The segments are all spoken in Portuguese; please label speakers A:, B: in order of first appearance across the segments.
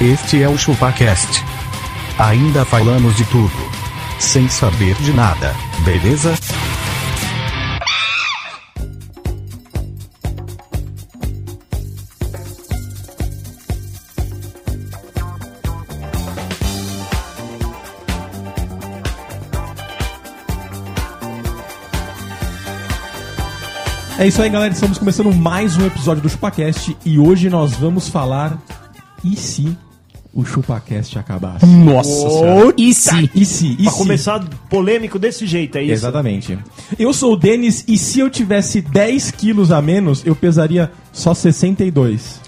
A: Este é o ChupaCast. Ainda falamos de tudo. Sem saber de nada, beleza?
B: É isso aí, galera. Estamos começando mais um episódio do ChupaCast e hoje nós vamos falar e se o ChupaCast acabasse?
C: Hum.
D: Nossa senhora.
B: E se? E se? E
D: Pra
B: se?
D: começar polêmico desse jeito, é isso?
B: Exatamente. Eu sou o Denis e se eu tivesse 10 quilos a menos, eu pesaria só 62.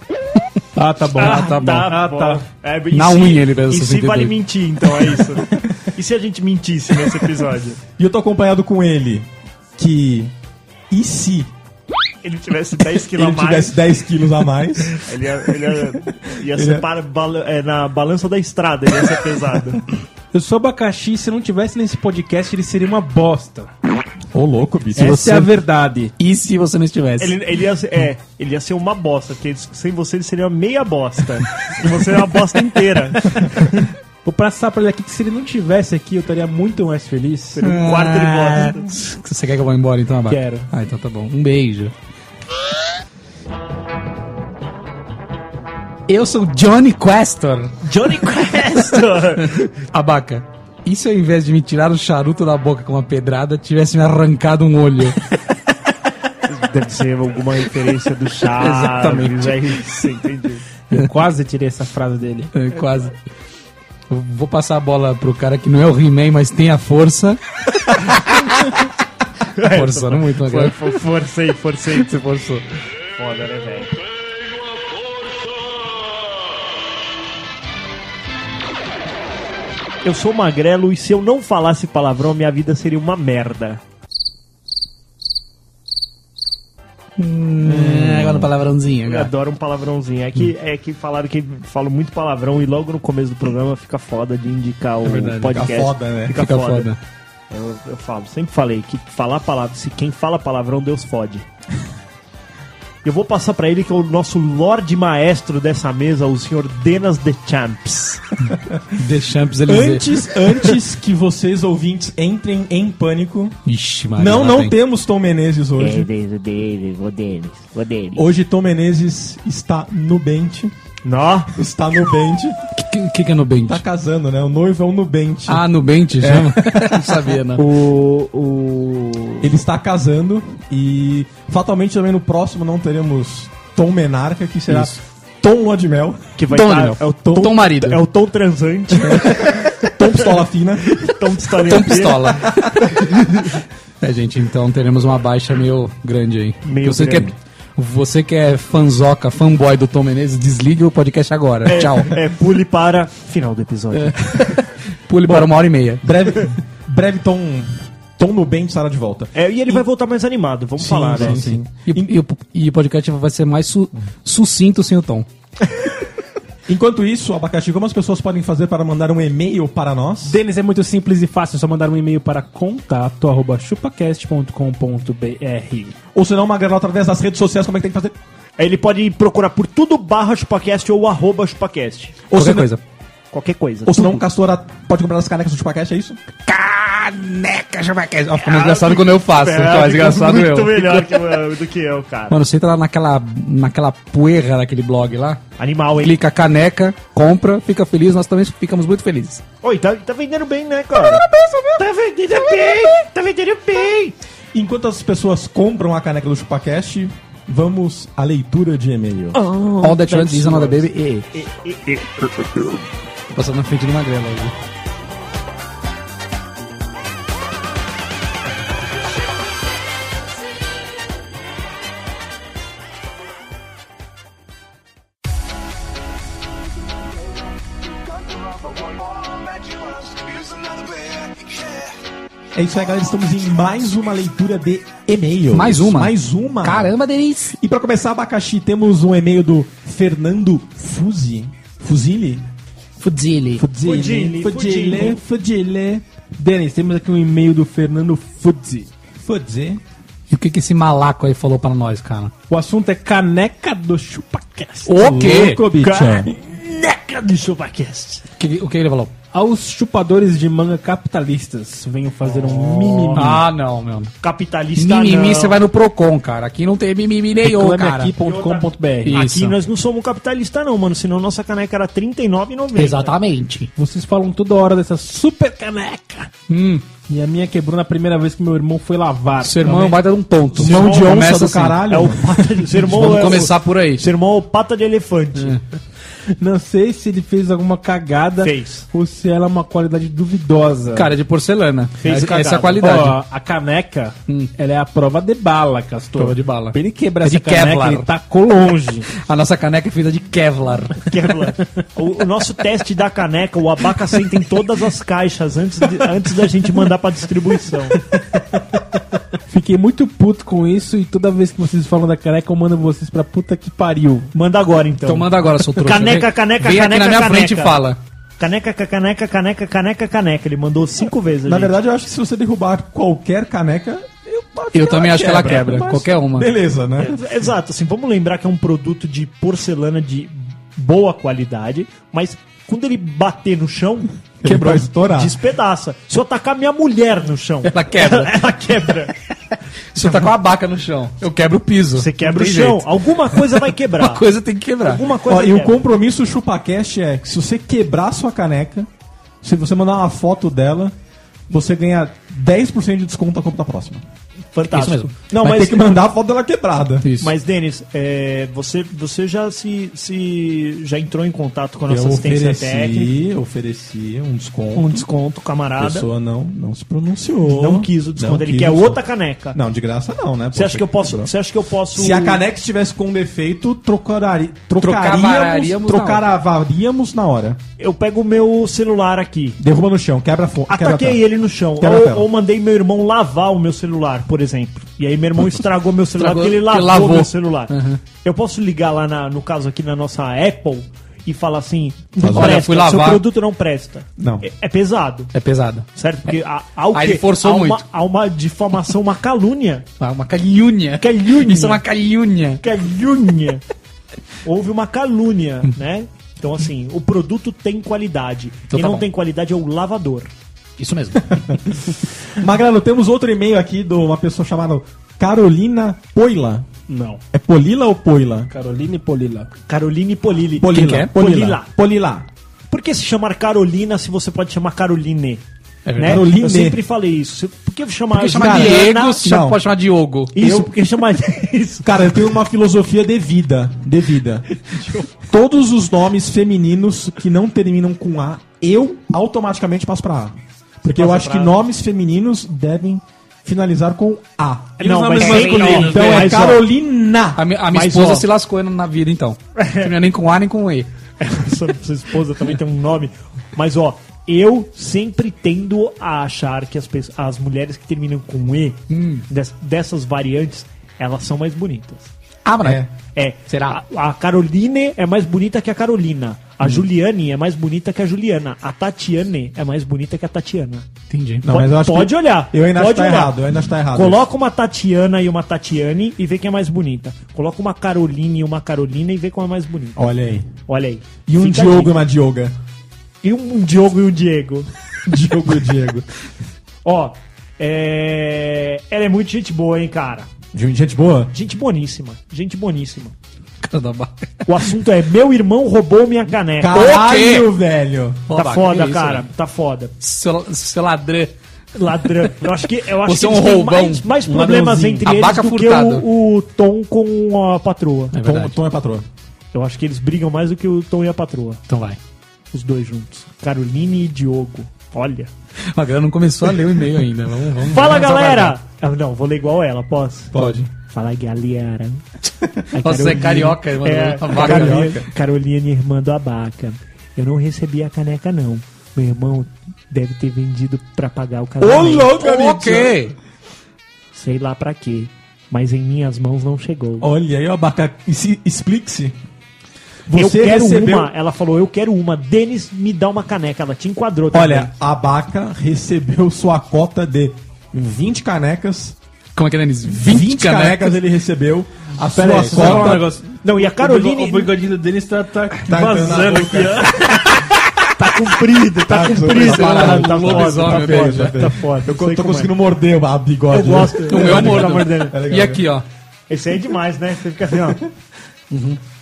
C: Ah, tá bom, ah, tá bom.
D: Tá,
B: bom.
D: tá. É, e
C: Na
D: se-
C: unha ele pesa
D: E se
C: 62.
D: vale mentir, então, é isso. e se a gente mentisse nesse episódio?
B: E eu tô acompanhado com ele, que... E se
D: Ele tivesse 10 quilos
B: ele
D: a mais,
B: tivesse 10 quilos a mais?
D: ele ia, ele ia, ia
B: é-
D: ser para- bala- é, na balança da estrada, ele ia ser pesado.
C: Eu sou abacaxi, se não tivesse nesse podcast, ele seria uma bosta.
B: Ô, louco, bicho.
C: Essa
B: Você-
C: é a verdade.
E: E se você não estivesse?
D: Ele, ele, ia, ser- é, ele ia ser uma bosta, porque sem você ele seria uma meia bosta. E você é uma bosta inteira.
C: Vou passar pra ele aqui que se ele não tivesse aqui, eu estaria muito mais feliz.
D: Seria um quarto de bosta.
E: Você quer que eu vá embora então, Abaca?
C: Quero.
E: Ah, então tá bom. Um beijo. Eu sou Johnny Questor.
D: Johnny Questor!
E: Abaca, e se ao invés de me tirar o charuto da boca com uma pedrada, tivesse me arrancado um olho?
D: Deve ser alguma referência do Chaves.
E: Exatamente.
D: É isso, entendi.
C: Eu quase tirei essa frase dele.
E: É, Quase. Eu vou passar a bola pro cara que não é o He-Man, mas tem a força. Forçando muito né,
D: Foi,
E: agora.
D: foi, forcei, forcei.
E: Você forçou.
D: Foda, né, velho? Eu sou magrelo e se eu não falasse palavrão, minha vida seria uma merda.
E: É, agora no palavrãozinho.
D: Eu
E: Agora.
D: adoro um palavrãozinho. É que, é que falaram que falo muito palavrão e logo no começo do programa fica foda de indicar o
E: verdade, fica
D: podcast.
B: foda, né?
D: É, Fica,
E: Fica
D: foda.
E: foda.
D: Eu, eu falo, sempre falei que falar palavra, se quem fala palavrão, Deus fode. Eu vou passar pra ele que é o nosso lorde maestro dessa mesa, o senhor Denas de Champs.
E: The Champs Elysées.
B: Antes, antes que vocês, ouvintes, entrem em pânico...
E: Ixi, Maria,
B: Não,
E: lá
B: não
E: vem.
B: temos Tom Menezes hoje.
D: Denis, o Denis, o Denis, o Denis.
B: Hoje Tom Menezes está nubente.
D: Nó,
B: Está nubente.
E: O que, que é Nubente?
B: Tá casando, né? O noivo é um nubente.
E: Ah, Nubente chama? não sabia, não.
B: O, o... Ele está casando e fatalmente também no próximo não teremos Tom Menarca, que será
E: Isso.
B: Tom Lua de Mel,
D: que vai
E: Tom,
D: estar.
E: Daniel.
D: é o tom,
E: Tom marido.
D: É o tom transante, É
B: Tom Pistola Fina.
D: tom de história
E: Tom Pistola. é, gente, então teremos uma baixa meio grande aí.
D: Meio
E: você Que
D: grande.
E: é, você que é fanzoca, fanboy do Tom Menezes, desligue o podcast agora. Tchau. É.
D: É, pule para final do episódio.
E: Pule para uma hora e meia.
B: Breve, breve Tom, Tom Nubente estará de volta.
D: É, e ele vai voltar mais animado, vamos falar, né?
E: E, e o- e o podcast vai ser mais su- sucinto sem o Tom.
B: Enquanto isso, Abacaxi, como as pessoas podem fazer para mandar um e-mail para nós?
C: Denis é muito simples e fácil, é só mandar um e-mail para contato@chupacast.com.br.
B: Ou se não, Magrelo, através das redes sociais, como é que tem que fazer?
D: Aí Ele pode procurar por tudo barra chupacast ou arroba chupacast.
B: Ou se
E: Qualquer
B: não-
E: coisa.
D: Qualquer coisa.
B: Ou se não, Castora pode comprar as canecas do Chupacast, é isso?
E: Caneca, Jamaquete. Ó, Fica mais engraçado quando eu faço. Fica tá mais
D: É, fica
E: engraçado
D: muito
E: eu.
D: melhor que- do que eu, cara.
E: Mano, você entra lá naquela, naquela poeira daquele blog lá,
D: Animal, hein?
E: clica caneca, compra, fica feliz, nós também ficamos muito felizes.
D: Oi, tá, tá vendendo bem, né, cara? Tá vendendo bem! Tá vendendo bem!
B: Enquanto as pessoas compram a caneca do ChupaCast, vamos à leitura de e-mail.
E: Ah. All Oh, that you want is another baby. E,
D: E- e- e-
E: passando na frente de magrela hoje.
B: É isso aí, galera. Estamos em mais uma leitura de e-mail.
E: Mais uma?
B: Mais uma.
E: Caramba, Denis!
B: E pra começar, Abacaxi, temos um e-mail do Fernando Fuzi. Fuzile?
C: né?
E: Fudzili.
D: Fuzile,
B: Fuzile.
D: Fuzile.
B: Fuzile. Fuzile.
C: Denis, temos aqui um e-mail do Fernando Fudzi.
B: Fuzile.
E: E o que, que esse malaco aí falou pra nós, cara?
C: O assunto é caneca do ChupaCast.
E: O quê?
B: Louco, bicho.
D: Cara. caneca do ChupaCast.
E: Que- o que ele falou?
C: Aos chupadores de manga capitalistas, venham fazer um mimimi.
E: Ah, não, meu.
D: Capitalista
E: Mimimi,
D: não.
E: você vai no Procon, cara. Aqui não tem mimimi nenhum, cara.
C: Reclameaqui.com.br.
E: E-
D: Aqui
E: Isso.
D: nós não somos capitalista não, mano. Senão nossa caneca era R$39,90.
E: Exatamente.
C: Vocês falam toda hora dessa super caneca.
E: Hum,
C: E a minha quebrou na primeira vez que meu irmão foi lavar.
E: seu irmão é um baita de um tonto.
B: Mão de onça
E: Começa
B: do
E: assim.
B: caralho.
D: É o
B: mano.
D: pata de... Seu irmão
E: Vamos
D: é
E: começar por aí.
D: o... Seu irmão é o pata de elefante.
C: Não sei se ele fez alguma cagada
D: Fez.
C: ou se ela é uma qualidade duvidosa.
E: Cara é de porcelana.
D: Fez
E: Essa- Essa é
D: cagada.
E: a qualidade.
C: Ó, a caneca, ela é a prova de bala, Castor.
E: Prova de bala.
C: Pra ele quebrar
E: É
C: essa
E: de
C: caneca,
E: Kevlar.
C: ele tacou longe.
E: A nossa caneca é feita de Kevlar.
D: Kevlar. O, o nosso teste da caneca, o abaca senta em todas as caixas antes, de- antes da gente mandar pra distribuição.
C: Fiquei muito puto com isso e toda vez que vocês falam da caneca, eu mando vocês pra puta que pariu.
D: Manda agora, então.
E: Então manda agora, seu trouxa.
D: Caneca,
E: Vem-
D: caneca,
E: Vem
D: caneca,
E: aqui na minha
D: caneca.
E: frente e fala.
D: Caneca, ca- caneca, caneca, caneca, caneca. Ele mandou cinco vezes.
B: Na
D: gente.
B: verdade, eu acho que se você derrubar qualquer caneca, eu acho
E: Eu também acho que ela quebra, qualquer uma.
B: Beleza, né?
D: Exato, assim, vamos lembrar que é um produto de porcelana de boa qualidade, mas quando ele bater no chão,
B: Quebrou, estourar.
D: despedaça. Se eu atacar minha mulher no chão,
E: Ela quebra.
D: ela quebra.
E: Você tá com a abaca no chão. Eu quebro o piso.
D: Você quebra
E: Não tem
D: o chão,
E: jeito.
D: alguma coisa vai quebrar.
E: Uma coisa tem que quebrar.
D: Alguma coisa
B: Ó, e o
D: quebra.
B: compromisso ChupaCast é que se você quebrar sua caneca, se você mandar uma foto dela, você ganha 10% de desconto na compra da próxima.
D: Fantástico.
E: Isso mesmo.
D: Não,
B: Vai
D: mas,
B: ter que mandar a foto dela quebrada.
E: Isso.
D: mas Denis, é, você, você já se, se já entrou em contato com a nossa
B: Eu
D: assistência técnica,
B: ofereci, ofereci um desconto.
D: um desconto,
B: a
D: camarada.
B: pessoa não, não se pronunciou.
D: Não quis o desconto,
B: Não
D: ele
B: quis
D: quer
B: o desconto.
D: outra caneca.
B: Não, de graça não, né?
D: Você acha que eu posso? Você acha que eu posso?
B: Se a caneca estivesse com defeito, trocarari- trocaríamos,
E: Trocavararíamos na hora.
B: trocaravaríamos na hora.
D: Eu pego o meu celular aqui.
B: Derruba no chão, quebra a fo- quebra a tela.
D: Ataquei ele no chão.
B: Quebra a tela.
D: Ou, ou mandei meu irmão lavar o meu celular, por exemplo. E aí meu irmão estragou meu celular
E: Estragou,
D: porque ele
E: porque
D: lavou,
E: lavou. Uhum.
D: meu celular. Eu posso ligar lá, na- no caso aqui na nossa Apple, e falar assim: não
E: olha,
D: presta,
E: um fui lavar.
D: seu produto não presta.
B: Não.
D: É, é pesado.
E: É pesado.
D: Certo? Porque há, há o
E: Aí
D: quê?
E: ele forçou
D: há uma,
E: muito.
D: Há uma difamação, uma calúnia.
E: Ah, uma calhúnia.
D: Calúnia.
E: Isso é uma calhúnia.
D: calúnia. Houve uma calúnia, né? Então, assim, o produto tem qualidade.
E: Então
D: Quem
E: tá
D: não
E: bom.
D: tem qualidade é o lavador.
E: Isso mesmo.
B: Magrelo, temos outro e-mail aqui de uma pessoa chamada Carolina Poila.
D: Não.
B: É Polila ou Poila?
C: Carolina e Polila.
D: Caroline Polili.
E: que é?
B: Polila. Polila.
D: Por que se chamar Carolina se você pode chamar Caroline?
E: É
D: né?
E: verdade.
B: Caroline.
D: Eu sempre falei isso. Por que chamar,
E: Porque chama
B: Cara,
E: Diego,
D: Juliana?
E: você já
B: não.
E: pode chamar Diogo.
D: Isso, porque chamar isso.
B: Cara, eu tenho uma filosofia de vida. De vida. Todos os nomes femininos que não terminam com A, eu automaticamente passo pra A. Porque eu acho que nomes femininos devem finalizar com A.
E: Eles não, mas
D: masculino.
B: Então é
E: né?
D: né? Mas, ó,
B: Carolina.
E: A, mi- a minha
D: Mas,
E: esposa
D: ó. É.
E: se lascou na vida, então. Não tinha nem com A nem com E.
D: sua, sua esposa também tem um nome. Mas ó, eu sempre tendo a achar que as, pessoas- as mulheres que terminam com E,
E: Hum.
D: des- dessas variantes, elas são mais bonitas.
E: Ah, mas
B: É.
D: É.
E: Será? Hum.
D: A, a Caroline é mais bonita que a Carolina. A Juliane é mais bonita que a Juliana. A Tatiane é mais bonita que a Tatiana.
E: Entendi.
B: Não,
D: pode-
B: mas eu acho
D: pode
B: que-
D: olhar,
B: Eu ainda acho
D: pode
B: que tá
D: olhar.
B: errado. Eu ainda acho que tá errado.
D: Coloca uma Tatiana e uma Tatiane e vê quem é mais bonita. Coloca uma Caroline e uma Carolina e vê qual é mais bonita.
B: Olha aí.
D: Olha aí.
B: E um
D: Fica a
B: Diogo e
D: dica.
B: uma Dioga.
D: E um Diogo e um Diego.
B: Diogo e Diego.
D: Ó, é... ela é muito gente boa, hein, cara.
B: Gente boa?
D: Gente boníssima. Gente boníssima.
E: Cara da barra.
D: O assunto é: meu irmão roubou minha caneca.
B: Caralho, velho.
D: Tá
E: Babaca,
D: foda,
E: que isso,
D: cara.
E: velho?
D: Tá foda.
E: Seu, seu ladrão.
D: Ladrão. Eu acho que, eu acho
E: Você é
D: que
E: um
D: eles têm
E: roubão,
D: mais, mais
B: um
D: problemas
B: ladrãozinho.
D: entre
E: A
D: eles
E: vaca
D: do
E: furtada.
D: que o, o Tom com a patroa.
E: É
B: Tom,
E: verdade.
B: Tom é patroa.
D: Eu acho que eles brigam mais do que o Tom e a patroa.
E: Então vai.
D: Os dois juntos. Caroline e Diogo. Olha.
E: A galera não começou a ler o e-mail ainda. Vamos, vamos.
D: Fala,
E: vamos
D: galera! Ah, não, vou ler igual ela, posso?
E: Pode.
D: Fala, galera. A
E: Nossa, é
D: Caroline-
E: carioca, mano. Tá
D: É,
E: a vaca
D: Caroline, Caroline, irmã do Abaca. Eu não recebi a caneca, não. Meu irmão deve ter vendido pra pagar o casamento.
E: Ok.
D: Sei lá pra quê. Mas em minhas mãos não chegou.
B: Olha aí, ó, Baca. e se- Explique-se.
D: eu
B: Você
D: quero
B: recebeu-
D: uma. Ela falou, eu quero uma. Denis, me dá uma caneca. Ela te enquadrou também.
B: Olha, a Baca recebeu sua cota de 20 canecas
E: como é que é, Denis? 20,
B: 20
E: canecas.
B: canecas ele recebeu. A
C: Pera aí,
B: sua
C: só falar um
B: cota
C: negócio.
D: Não, e a Caroline.
C: O bigodinho deles tá, tá,
B: Tá
D: vazando aqui, ó. Tá comprido, tá
B: Tá
D: comprido.
E: parado,
D: tá
E: um lobisomem,
D: foda, tá
E: eu
B: vejo, eu
D: foda,
B: vejo.
D: tá foda.
B: Eu
D: sei
B: co- tô
D: como é.
B: conseguindo morder a bigode. né?
D: Eu gosto.
E: O meu
D: Eu
E: mordo.
D: tá mordendo.
B: É legal,
E: E aqui, ó.
D: Esse aí é demais, né? Você fica assim, ó.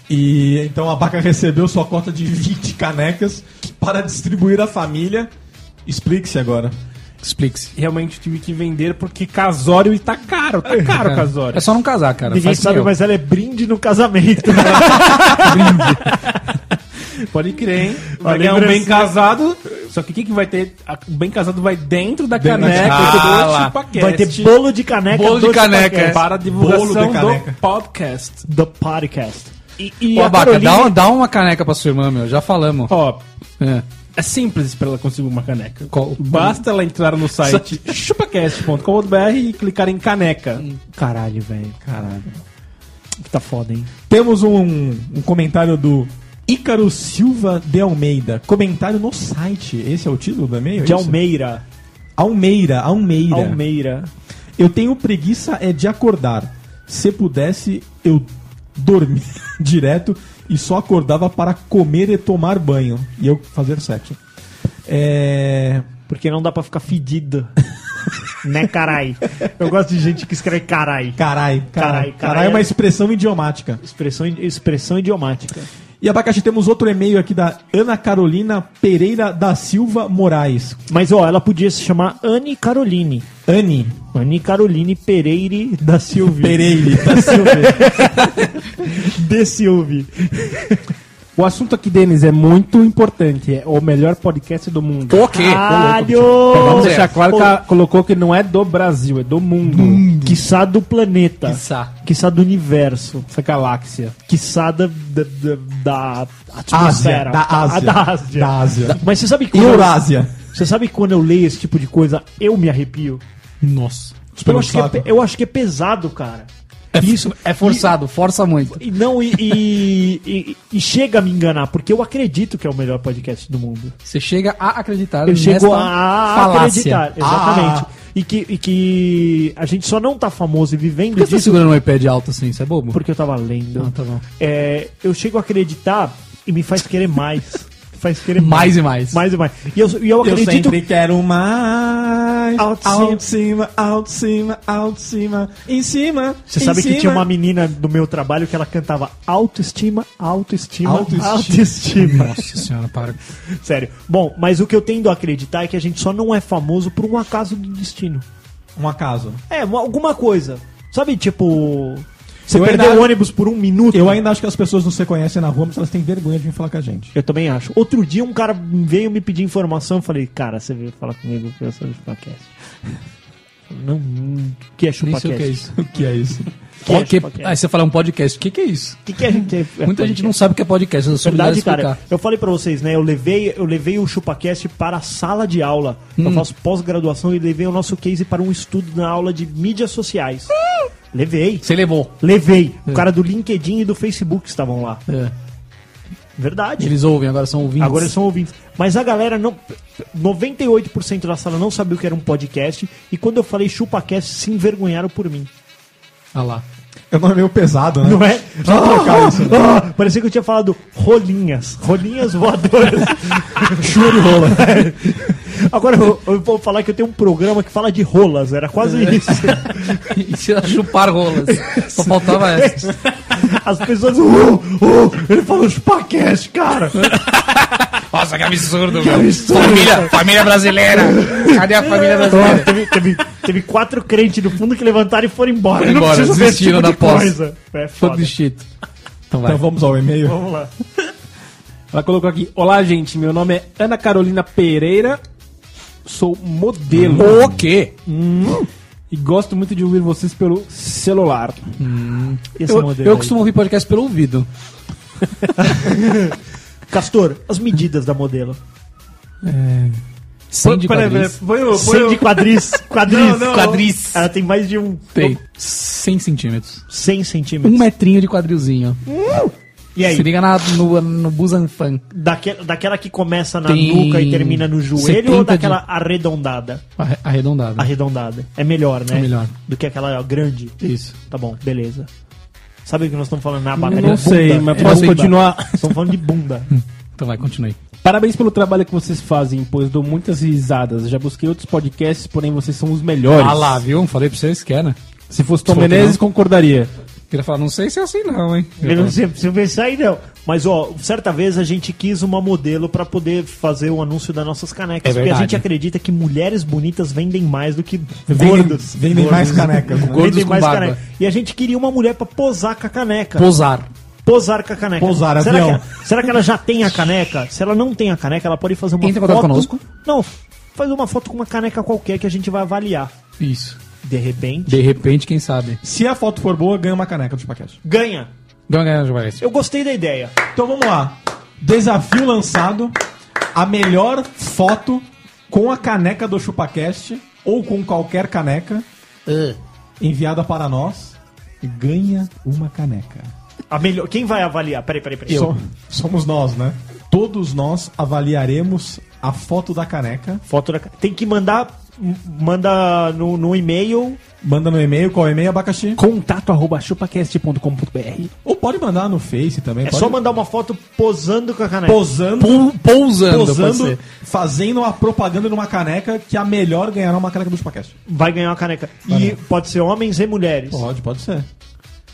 B: E então a Baca recebeu sua cota de 20 canecas para distribuir à família. Explique-se agora.
E: Explique-se.
F: Realmente tive que vender porque casório e tá caro, tá caro casório.
E: É só não casar, cara.
D: Ninguém
E: Faz que nem
D: sabe,
E: eu.
D: mas ela é brinde no casamento.
F: Pode crer, hein?
D: Uma
F: Vai ganhar um
D: lembrança.
F: bem casado, só que o que, que vai ter? A- O bem casado vai dentro da
B: Dentro da
F: caneca
E: caneca. Ah,
F: do
E: lá.
F: ChupaCast.
D: Vai ter bolo de caneca.
E: Bolo de
D: do
E: caneca,
D: Chupacast.
E: é.
F: tipo para a
B: Bolo
F: divulgação
B: de caneca.
F: do podcast.
D: Do podcast.
F: E, e
E: Pô,
F: a
E: Abaca,
F: Caroline-
E: dá, uma- dá uma caneca pra sua irmã, meu. Já falamos.
F: Ó,
E: É.
F: é simples pra ela conseguir uma caneca.
E: Qual-
F: Basta ela entrar no site chupacast.com.br e clicar em caneca.
D: Caralho, velho. Caralho. Que tá foda, hein?
B: Temos um, um comentário do Ícaro Silva de Almeida. Comentário no site. Esse é o título do e-mail? é
D: De
B: isso?
D: Almeira.
B: Almeida. Almeira.
D: Almeira.
B: Eu tenho preguiça é de acordar. Se pudesse, eu dormia direto e só acordava para comer e tomar banho. E eu fazer sexo. É...
D: Porque não dá pra ficar fedido. né, carai? Eu gosto de gente que escreve carai.
B: Carai,
D: Carai,
B: carai,
D: carai
B: carai é uma expressão idiomática.
D: Expressão, expressão idiomática.
B: E abacaxi, temos outro e-mail aqui da Ana Carolina Pereira da Silva Moraes.
D: Mas, ó, ela podia se chamar Anne Caroline.
B: Anne
D: Anne Caroline Pereire da Silva.
B: Pereira da Silva.
D: de Silva.
F: O assunto aqui, Denis, é muito importante. É o melhor podcast do mundo.
E: Pô, que?
D: Ah. Caralho!
F: Vamos deixar claro que ela colocou que não é do Brasil, é do mundo.
D: Quiçá do planeta.
E: Quiçá.
D: Quiçá do universo.
F: Essa galáxia.
D: Quiçá da, da, da, da
B: Ásia,
D: atmosfera. Ah,
B: da Ásia.
D: Da Ásia.
B: Da Ásia.
D: Mas você sabe que quando eu-
B: Eurásia.
D: Você sabe que quando eu leio esse tipo de coisa, eu me arrepio?
E: Nossa.
D: Eu
B: Pelo
D: acho, que é,
B: saco.
D: pe- eu acho que é pesado, cara.
E: Isso é forçado, força muito.
D: E não, e, e- e- e chega a me enganar, porque eu acredito que é o melhor podcast do mundo.
E: Você chega a acreditar
D: Eu
E: nesta
D: chego a
E: falácia. Ah,
D: acreditar, exatamente. E, que, e que a gente só não tá famoso e vivendo
E: Por que você tá
D: disso
E: segurando um iPad alto assim? Isso é bobo?
D: porque eu tava lendo.
E: Ah, tá bom.
D: É, eu chego a acreditar e me faz querer mais. faz querer
E: Mais e mais.
D: Mais e mais. E eu, e eu
B: Eu
D: acredito
B: sempre quero mais.
D: Alto
B: Alto cima, alto cima, alto cima, em cima.
D: Você
B: em
D: sabe que
B: cima.
D: tinha uma menina do meu trabalho que ela cantava autoestima, autoestima, autoestima.
B: Autoestima.
E: Nossa senhora, para.
D: Sério. Bom, mas o que eu tendo a acreditar é que a gente só não é famoso por um acaso do destino.
B: um acaso.
D: É, uma- alguma coisa. Sabe, tipo. Você
B: Eu
D: perdeu
B: ainda-
D: o ônibus por um minuto?
B: Eu ainda acho que as pessoas não se conhecem na rua, mas elas têm vergonha de vir falar com a gente.
D: Eu também acho. Outro dia um cara veio me pedir informação, eu falei, cara, você veio falar comigo, eu sou do Chupacast. Não, hum, o que é
E: Nem sei o que é
D: Chupacast?
E: isso.
B: O que é isso?
D: Que é
E: Pô, que-
D: Chupacast?
E: Aí você fala um podcast, o que, que é isso?
D: O que, que a gente é? é
E: Muita gente não sabe o que é podcast, eu sou obrigado a
D: Verdade, cara.
E: explicar.
D: Eu falei pra vocês, né? Eu levei, eu levei o ChupaCast para a sala de aula. Eu faço pós-graduação e levei o nosso case para um estudo na aula de mídias sociais. Levei.
E: Você levou.
D: Levei. O cara do LinkedIn e do Facebook estavam lá.
E: É.
D: Verdade.
E: Eles ouvem, agora são ouvintes.
D: Agora eles são ouvintes. Mas a galera não. 98% da sala não sabia o que era um podcast. E quando eu falei ChupaCast, se envergonharam por mim.
E: Ah lá.
B: É um nome meio
E: Ah.
B: pesado, né?
D: Não é? Só trocar isso. Ah, parecia que eu tinha falado rolinhas. Rolinhas voadoras. Choro rola. Agora eu, eu vou falar que eu tenho um programa que fala de rolas. Era quase
E: É.
D: isso.
E: E se ela chupar rolas. Só faltava essa.
D: As pessoas. "Uh, uh", ele falou chupaquete, cara.
E: É. Nossa, que absurdo, meu. Família, família brasileira. Cadê a família
D: Ah,
E: brasileira?
D: teve, teve, teve quatro crentes do fundo que levantaram e foram embora.
E: Foram
D: Eu não
E: embora,
D: preciso ver esse tipo
E: desistiram da
D: de
E: posse.
D: coisa. É
E: Foda
D: foda.
E: de shit. Então vai.
B: Então vamos ao e-mail.
D: Vamos lá.
F: Ela colocou aqui: Olá, gente, meu nome é Ana Carolina Pereira, sou modelo
E: O quê?
F: e gosto muito de ouvir vocês pelo celular.
D: Esse
E: Eu,
D: modelo
E: eu
D: aí.
E: costumo ouvir podcast pelo ouvido.
D: Castor, as medidas da modelo.
E: Sem de
C: Pera-
E: quadris.
C: pera- põe o- põe
D: Sem
C: o-
D: de quadris. Quadris.
C: Não, não.
E: Quadris.
D: Ela tem mais de um.
E: Tem 100 centímetros.
D: 100 centímetros.
E: Um metrinho de quadrilzinho.
D: E E aí?
E: Se liga na, no, no Busanfan.
D: Daque- daquela que começa na
E: Tem
D: nuca e termina no joelho
E: 70
D: ou
E: de-
D: daquela arredondada?
E: Arre- Arredondado.
D: Arredondada. É melhor, né?
E: É melhor.
D: Do que aquela grande.
E: Isso.
D: Tá bom, beleza. Sabe o que nós estamos falando na abaca?
E: Não
D: Bunda.
F: sei, mas
D: É
F: posso
D: bunda.
F: continuar?
D: Estamos falando de bunda.
E: Então vai, continue.
F: Parabéns pelo trabalho que vocês fazem, pois dou muitas risadas. Já busquei outros podcasts, porém vocês são os melhores.
E: Ah lá, viu? Falei pra vocês que era.
F: Se fosse Tom
E: Desculpa,
F: Menezes, concordaria.
E: Queria falar, não sei se é assim não, hein?
D: Eu não sei se pensar aí, não. Mas, ó, certa vez a gente quis uma modelo pra poder fazer o anúncio das nossas canecas.
E: É
D: porque a
E: verdade.
D: gente acredita que mulheres bonitas vendem mais do que
B: Vendem-
D: gordos.
B: vendem
D: Gordos.
B: mais canecas, né?
E: Gordos
D: Vendem
E: com
D: mais
E: barba.
D: caneca. E a gente queria uma mulher pra posar com a caneca.
E: Posar.
D: Posar com a caneca.
B: Posar,
D: será
B: avião.
D: Que, será que ela já tem a caneca? Se ela não tem a caneca, ela pode fazer uma
E: Entra em
D: foto.
E: contato conosco.
D: Não, faz uma foto com uma caneca qualquer que a gente vai avaliar.
E: Isso.
D: De repente,
E: De repente, quem sabe?
B: Se a foto for boa, ganha uma caneca do Chupacast.
D: ganha.
E: Ganha, ganha, Juarez.
D: Eu gostei da ideia.
B: Então vamos lá. Desafio lançado. A melhor foto com a caneca do ChupaCast ou com qualquer caneca enviada para nós ganha uma caneca.
D: A melhor... Quem vai avaliar? Peraí, peraí, peraí.
B: So- somos nós, né? Todos nós avaliaremos a foto da caneca.
D: Foto da... ca- Tem que mandar... m- Manda no, no e-mail...
B: Manda no e-mail, qual é o e-mail, abacaxi?
F: Contato arroba chupacast.com.br
B: Ou pode mandar no Face também.
D: É
B: pode-
D: só mandar uma foto posando com a caneca.
B: posando.
E: Pou- Pousando, pode
B: Posando,
E: ser.
B: fazendo uma propaganda numa caneca que a melhor ganhará uma caneca do Chupacast.
D: Vai ganhar uma caneca.
B: Vai
D: e pode ser homens e mulheres.
B: Pode, pode ser.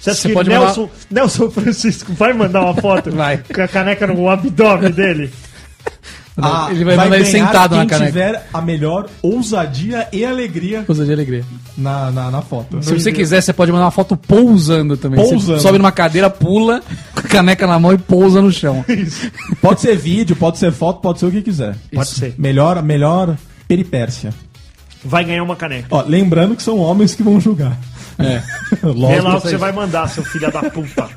D: Você acha
E: Você
D: que
E: pode
D: Nelson, Nelson Francisco vai mandar uma foto
E: Vai.
D: com a caneca no abdômen dele?
B: Ah,
E: Né? ele vai mandar ele
B: ganhar
E: sentado na
B: quem
E: caneca.
B: tiver a melhor ousadia e alegria
E: Pousa de alegria.
B: na, na, na foto.
E: Se você quiser, você pode mandar uma foto pousando também.
B: Pousando.
E: Você sobe numa cadeira, pula, com a caneca na mão e pousa no chão.
B: Pode ser vídeo, pode ser foto, pode ser o que quiser.
D: Pode ser.
B: Melhor, melhor peripécia.
D: Vai ganhar uma caneca.
B: Ó, lembrando que são homens que vão julgar. É.
D: Vê lá
B: Lógico.
D: o que você vai mandar, seu filho da puta.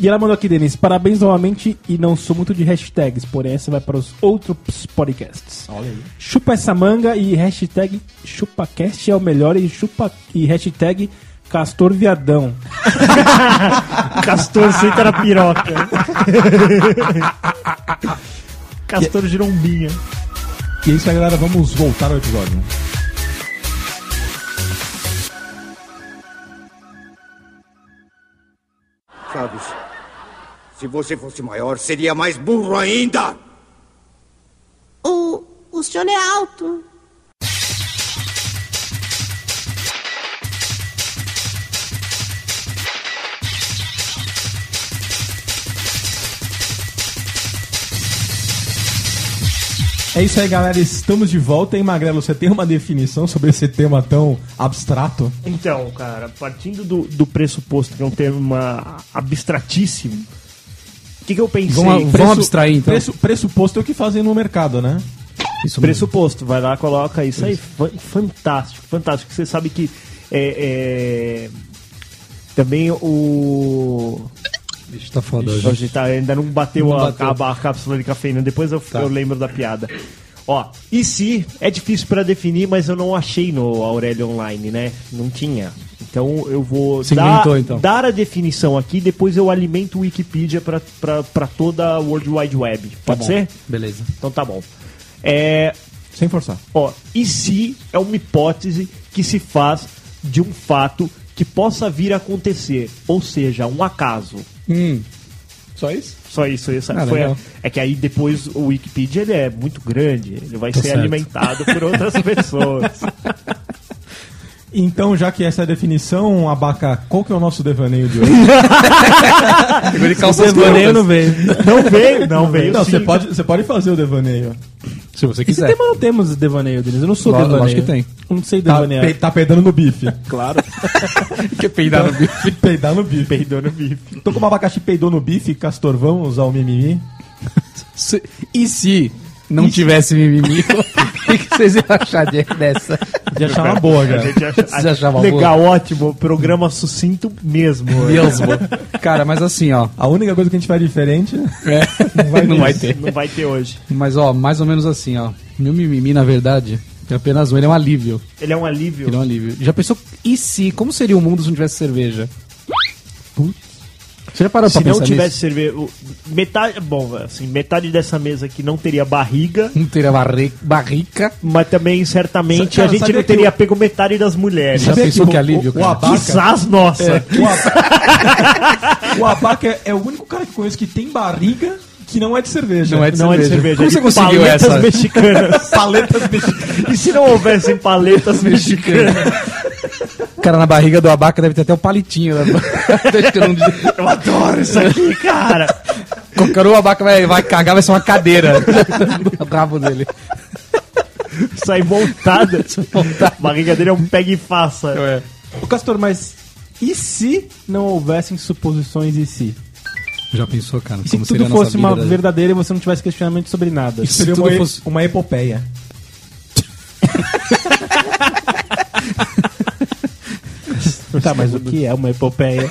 F: E ela mandou aqui, Denise, parabéns novamente e não sou muito de hashtags, porém essa vai para os outros podcasts. Olha aí. Chupa essa manga e hashtag chupacast é o melhor e chupa e hashtag castor viadão.
D: Castor senta na piroca. Castor um girombinha.
B: E é isso aí, galera. Vamos voltar ao episódio.
G: Chaves, se você fosse maior, seria mais burro ainda!
H: O, o senhor é alto.
B: É isso aí, galera. Estamos de volta. Hein, Magrelo? Você tem uma definição sobre esse tema tão abstrato?
D: Então, cara, partindo do, do pressuposto que é um tema abstratíssimo, o que, que eu pensei?
E: Vamos-
D: Pre-
E: vamos- abstrair, então.
B: Preço, pressuposto é o que fazem no mercado, né?
E: Isso mesmo.
D: pressuposto, vai lá, coloca isso aí. Fan- Fantástico, fantástico. Você sabe que é, é, também o.
E: Bicho, tá foda hoje.
D: Hoje tá, ainda não bateu,
E: Não
D: a,
E: bateu. Tá.
D: a- a cápsula de cafeína, depois eu, eu lembro da piada. Ó, e se é difícil pra definir, mas eu não achei no Aurélio Online, né? Não tinha. Então eu vou
E: Você
D: dar,
E: inventou, então.
D: dar a definição aqui, depois eu alimento o Wikipedia pra, pra, pra toda a World Wide
E: Tá
D: Web. Pode ser?
E: Beleza.
D: Então tá bom. É,
B: Sem forçar.
D: Ó, e se é uma hipótese que se faz de um fato que possa vir a acontecer, ou seja, um acaso.
E: Só isso?
D: Só isso, isso
E: Ah,
D: foi a-
E: legal.
D: é que aí depois o Wikipedia ele é muito grande, ele vai ser
E: Tá certo.
D: alimentado por outras pessoas.
B: Então, já que essa é a definição, Abaca, qual que é o nosso devaneio de hoje?
E: Ele calça as
F: Devaneio não
E: curvas,
F: veio.
D: Não veio, não veio.
B: Não,
D: sim.
B: você pode, você pode fazer o devaneio.
E: Se você
F: Esse
E: quiser.
F: tema não temos devaneio, Denise. Eu não sou
E: Lógico
F: devaneio.
E: que tem.
F: Eu não sei
B: Tá,
F: devanear. Tá
B: pe- tá peidando no bife.
E: Quer peidar no bicho?
B: Peidar no bife. Peidou no bife. Então, como abacaxi peidou no bife, Castor, vamos usar o mimimi?
E: Se- E se não tivesse mimimi? O que que vocês iam achar de- dessa?
B: De achar uma boa,
D: A
B: cara.
D: gente acha-
E: Vocês achavam
D: Legal, ótimo. Programa sucinto mesmo.
E: Deus, mano. Cara, mas assim, ó.
B: A única coisa que a gente faz diferente...
E: É. não vai, ter.
D: Não vai ter hoje.
E: Mas, ó, mais ou menos assim, ó. Meu mimimi, na verdade, é apenas um. Ele é um alívio.
D: Ele é um alívio.
E: Ele é um alívio. Já pensou, e se? Como seria o mundo se não tivesse cerveja?
C: Você já parou
D: Se
C: pra
D: não
C: pensar
D: tivesse
C: nisso?
D: cerveja. o- Metade. Bom, assim, metade dessa mesa aqui não teria barriga,
E: Não teria Um barri- barrica.
D: mas também certamente
C: Cara,
D: a gente
C: sabia
D: não
C: que
D: teria pego metade das mulheres. É.
E: Já pensou que é alívio,
B: o, o
E: cara?
B: Abaca,
D: Quizás, nossa.
B: o, Abaca- o Abaca é o único cara que conheço que tem barriga que não é de cerveja.
E: Não é de
D: Não é de cerveja.
E: Como
D: é de
E: você conseguiu
D: paletas
E: essa?
D: mexicanas.
B: Paletas mexicanas.
D: e se não houvessem paletas mexicanas?
E: O cara na barriga do abaca deve ter até o palitinho. Né?
D: Eu adoro isso aqui, cara.
E: Qualquer um, o abaca vai, vai cagar, vai ser uma cadeira. o rabo dele.
D: Sai montada. A barriga dele é um pega e faça.
F: Ô, Castor, mas e se não houvessem suposições e se?
E: Já pensou, cara?
F: E se tudo fosse uma verdadeira e você não tivesse questionamento sobre nada?
E: Isso.
B: Seria
E: né? Se
B: uma,
E: tudo
B: e-
E: fosse-
B: uma epopeia.
F: Tá, mas o que é uma epopeia?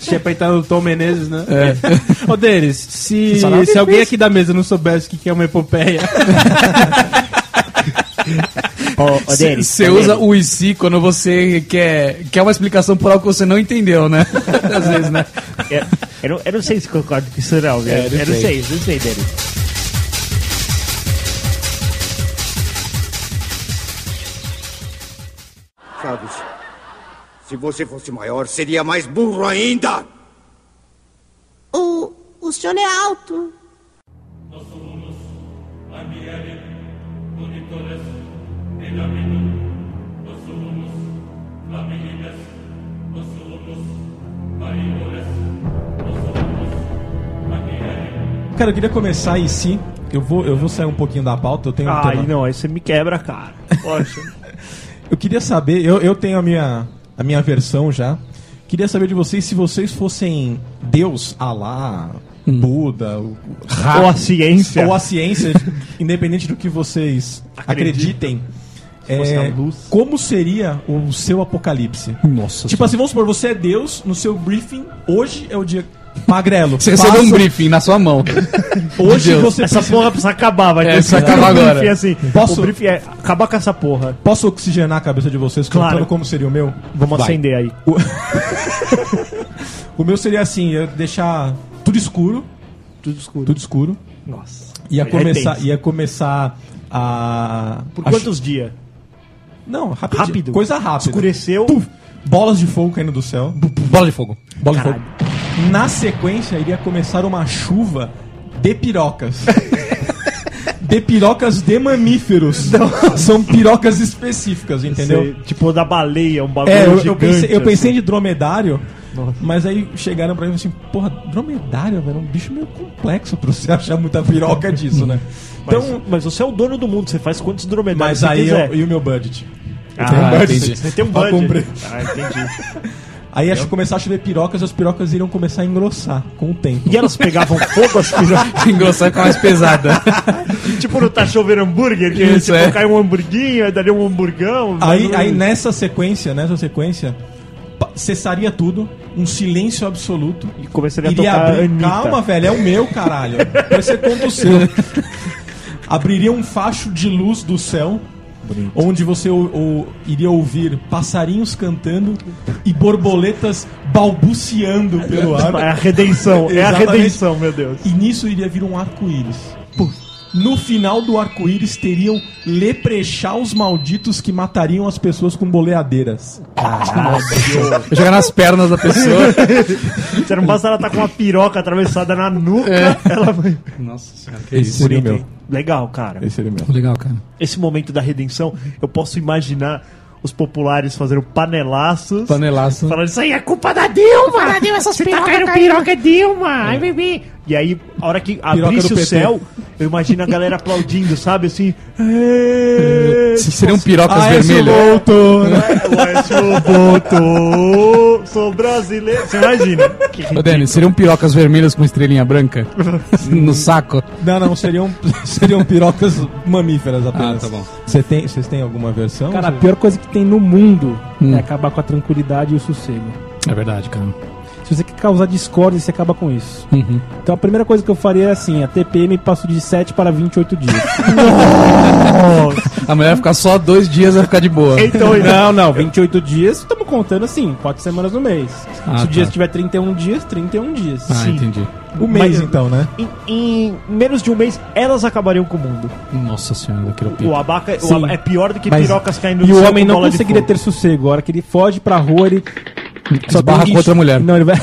F: Tinha pra entrar no Tom Menezes, né? Ô, Denis, se,
E: Isso é nada
F: se alguém aqui da mesa não soubesse o que que é uma epopeia,
D: Ô, ô, Denis,
E: Você
D: ô,
E: usa
D: Denis.
E: o IC quando você quer, quer uma explicação por algo que você não entendeu, né? Às vezes, né?
D: Eu, é, eu não, eu não sei se concordo com isso, não. velho. eu, não sei, eu não sei, Denis.
G: Chaves, se você fosse maior, seria mais burro ainda.
H: O, o senhor é alto.
B: Cara, eu queria começar em si. Eu vou, eu vou sair um pouquinho da pauta, eu tenho um
D: Ai,
B: tema.
D: não, aí você me quebra, cara. Poxa.
B: Eu queria saber, eu, eu tenho a minha, a minha versão já. Queria saber de vocês se vocês fossem Deus, Alá,
E: Hum.
B: Buda, o-
D: Ou a ciência.
B: ou a ciência, independente do que vocês acreditem.
D: fosse
B: é,
D: a luz.
B: Como seria o seu apocalipse?
E: Nossa.
B: Tipo assim, vamos supor, você é Deus, no seu briefing, hoje é o dia. Magrelo.
E: Você recebeu um
B: passa-
E: briefing na sua mão.
B: Hoje
E: Deus.
B: você
D: Essa
B: precisa-
D: porra precisa acabar, vai
E: É,
D: ter
E: precisa
D: que ter
E: acabar
D: um briefing
E: agora.
D: Assim.
B: Posso-
D: O briefing é acabar com essa porra.
B: Posso oxigenar a cabeça de vocês
D: Claro.
B: contando como seria o meu?
D: Vamos
B: Vai.
D: acender aí.
B: O meu seria assim, eu deixar tudo escuro,
D: Tudo escuro.
B: tudo escuro.
D: Nossa.
B: Ia
D: É
B: começar,
D: tenso.
B: ia começar a
D: Por
B: a chu-
D: quantos dias?
B: Não, rápido.
D: Rápido.
B: Coisa rápida.
D: Escureceu.
B: Puf, bolas de fogo caindo do céu.
E: Bola de fogo. Bola de
D: Caralho.
E: fogo.
B: Na sequência, iria começar uma chuva de pirocas. de pirocas de mamíferos. São pirocas específicas, entendeu?
D: Sei, Tipo da baleia, um bagulho
B: É, eu, eu
D: gigante.
B: pensei, eu pensei de
D: assim.
B: dromedário, mas aí chegaram pra mim e assim, porra, dromedário, velho, é um bicho meio complexo pra você achar muita piroca disso, né?
D: Mas,
B: Então,
D: mas você é o dono do mundo, você faz quantos
B: mas
D: dromedários você
B: aí,
D: quiser.
B: eu, e o meu budget?
D: Ah,
B: budget.
D: entendi. Você tem um
B: Pra
D: budget.
B: comprar.
D: Ah, entendi.
B: Aí acho que começar a chover pirocas, as pirocas iriam começar a engrossar com o tempo.
D: E elas pegavam fogo as pirocas?
E: Engrossar e ficar mais pesada.
D: Tipo no Tá Chovendo Hambúrguer, que
E: Isso,
D: tipo,
E: é.
D: cai um hamburguinho, aí dali um hamburgão.
B: Aí, é
D: dali um-
B: aí né, nessa sequência, nessa sequência, pa- cessaria tudo, um silêncio absoluto.
D: E começaria a
B: Iria
D: tocar
B: abrir.
D: Anitta.
B: Calma, velho, é o meu, caralho. Depois você conta o seu. Abriria um facho de luz do céu. Onde você ou- ou- iria ouvir passarinhos cantando e borboletas balbuciando pelo
D: É
B: ar.
D: a redenção, é a
B: Exatamente.
D: redenção, meu Deus.
B: E nisso iria vir um arco-íris. No final do arco-íris teriam leprechaus malditos que matariam as pessoas com boleadeiras.
E: Jogar nas pernas da pessoa.
D: Você não basta ela tá com uma piroca atravessada na nuca, ela vai.
E: Nossa senhora.
B: Esse seria o meu.
D: Legal, cara.
B: Esse seria o meu.
E: Legal, cara.
D: Esse momento da redenção, eu posso imaginar os populares fazendo panelaços.
E: Panelaço.
D: Falando, isso aí é culpa da Dilma! Da Dilma essas Você tá caindo piroca Dilma! Ai, bebê! E aí, a hora que abrisse
B: do
D: o
B: PT.
D: céu, eu imagino a galera aplaudindo, sabe? Assim. "É,
E: Seriam pirocas
B: Aécio
E: vermelhas.
B: Ah, voltou, né?
D: o Aécio voltou! Sou brasileiro! Você imagina? Que
E: Ô, Dani, seriam pirocas vermelhas com estrelinha branca? no saco?
B: Não, não, seriam, seriam pirocas mamíferas apenas.
E: Ah, tá bom.
B: Cê tem, vocês têm alguma versão?
F: cara, a pior coisa que tem no mundo
E: Hum.
F: é acabar com a tranquilidade e o sossego.
E: É verdade, cara.
F: Se Se você quer causar discórdia, você acaba com isso. Então a primeira coisa que eu faria é assim: a TPM passo de 7 para 28 dias.
E: A mulher vai ficar só dois dias vai ficar de boa.
F: Então, não, não, 28 dias, estamos contando assim, 4 semanas no mês.
E: Ah,
F: Se o dia
E: tá.
F: tiver 31 dias, 31 dias.
E: Ah, entendi.
B: O mês,
D: Mas-
B: então, né?
D: Em, em menos de um mês, elas acabariam com o mundo.
E: Nossa senhora, daquele
D: O
E: pito.
D: abaca, o
F: Sim.
D: aba- é pior do que
E: Mas-
D: pirocas caindo
F: E
D: céu
F: o
D: com
F: homem não
D: bola de
F: conseguiria
D: fogo.
F: ter sossego. A hora que ele foge pra rua, ele.
E: Esbarra
F: tem- um
E: com outra mulher.
F: Não, ele vai.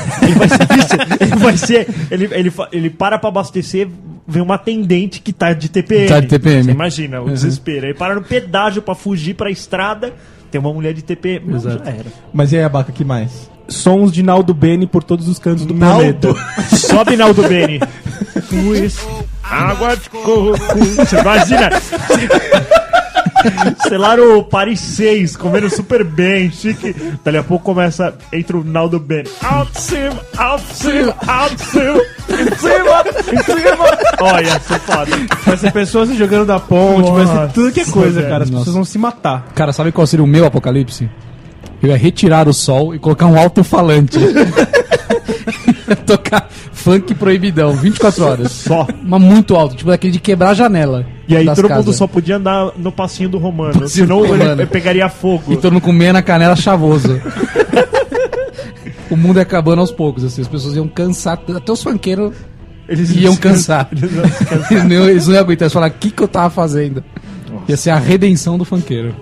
D: Ele vai ser. Ele, ele, fa- ele para pra abastecer, vem uma atendente que tá de TPM.
E: Tá de TPM.
D: Você imagina o desespero. Aí para no pedágio pra fugir pra estrada, tem uma mulher de TPM. Não, já era.
B: Mas e aí, Abaca, que mais?
F: Sons de Naldo Bene por todos os cantos do planeta.
D: Sobe Naldo Bene. Pus, água de coco. Você imagina. Sei lá, o Paris 6, comendo super bem, chique. Dali a pouco começa, entra o Naldo Bene. Alto em cima, alto em cima, alto em cima, em cima, em cima. Olha, ia ser foda.
F: Vai ser pessoas se jogando da ponte, vai ser tudo que é coisa,
D: velho.
F: cara. As
E: Nossa.
F: pessoas vão se matar.
E: Cara, sabe qual seria o meu apocalipse? Eu ia retirar o sol e colocar um alto-falante. Ia Tocar funk proibidão, 24 horas.
D: Só.
E: Mas muito alto, tipo daquele de quebrar a janela.
D: E aí
E: das
D: todo
E: casas.
D: mundo só podia andar no passinho do Romano,
E: Passinho do
D: senão
E: Romano.
D: ele pegaria
E: E
D: fogo.
E: todo mundo com meia na canela chavoso. o mundo ia acabando aos poucos, assim, as pessoas iam cansar, até os funkeiros
D: Eles
E: iam cansar.
D: Eles iam se cansar.
E: Eles não iam- eles não iam aguentar, eles falaram, o que, que eu tava fazendo? Ia ser a redenção do funkeiro.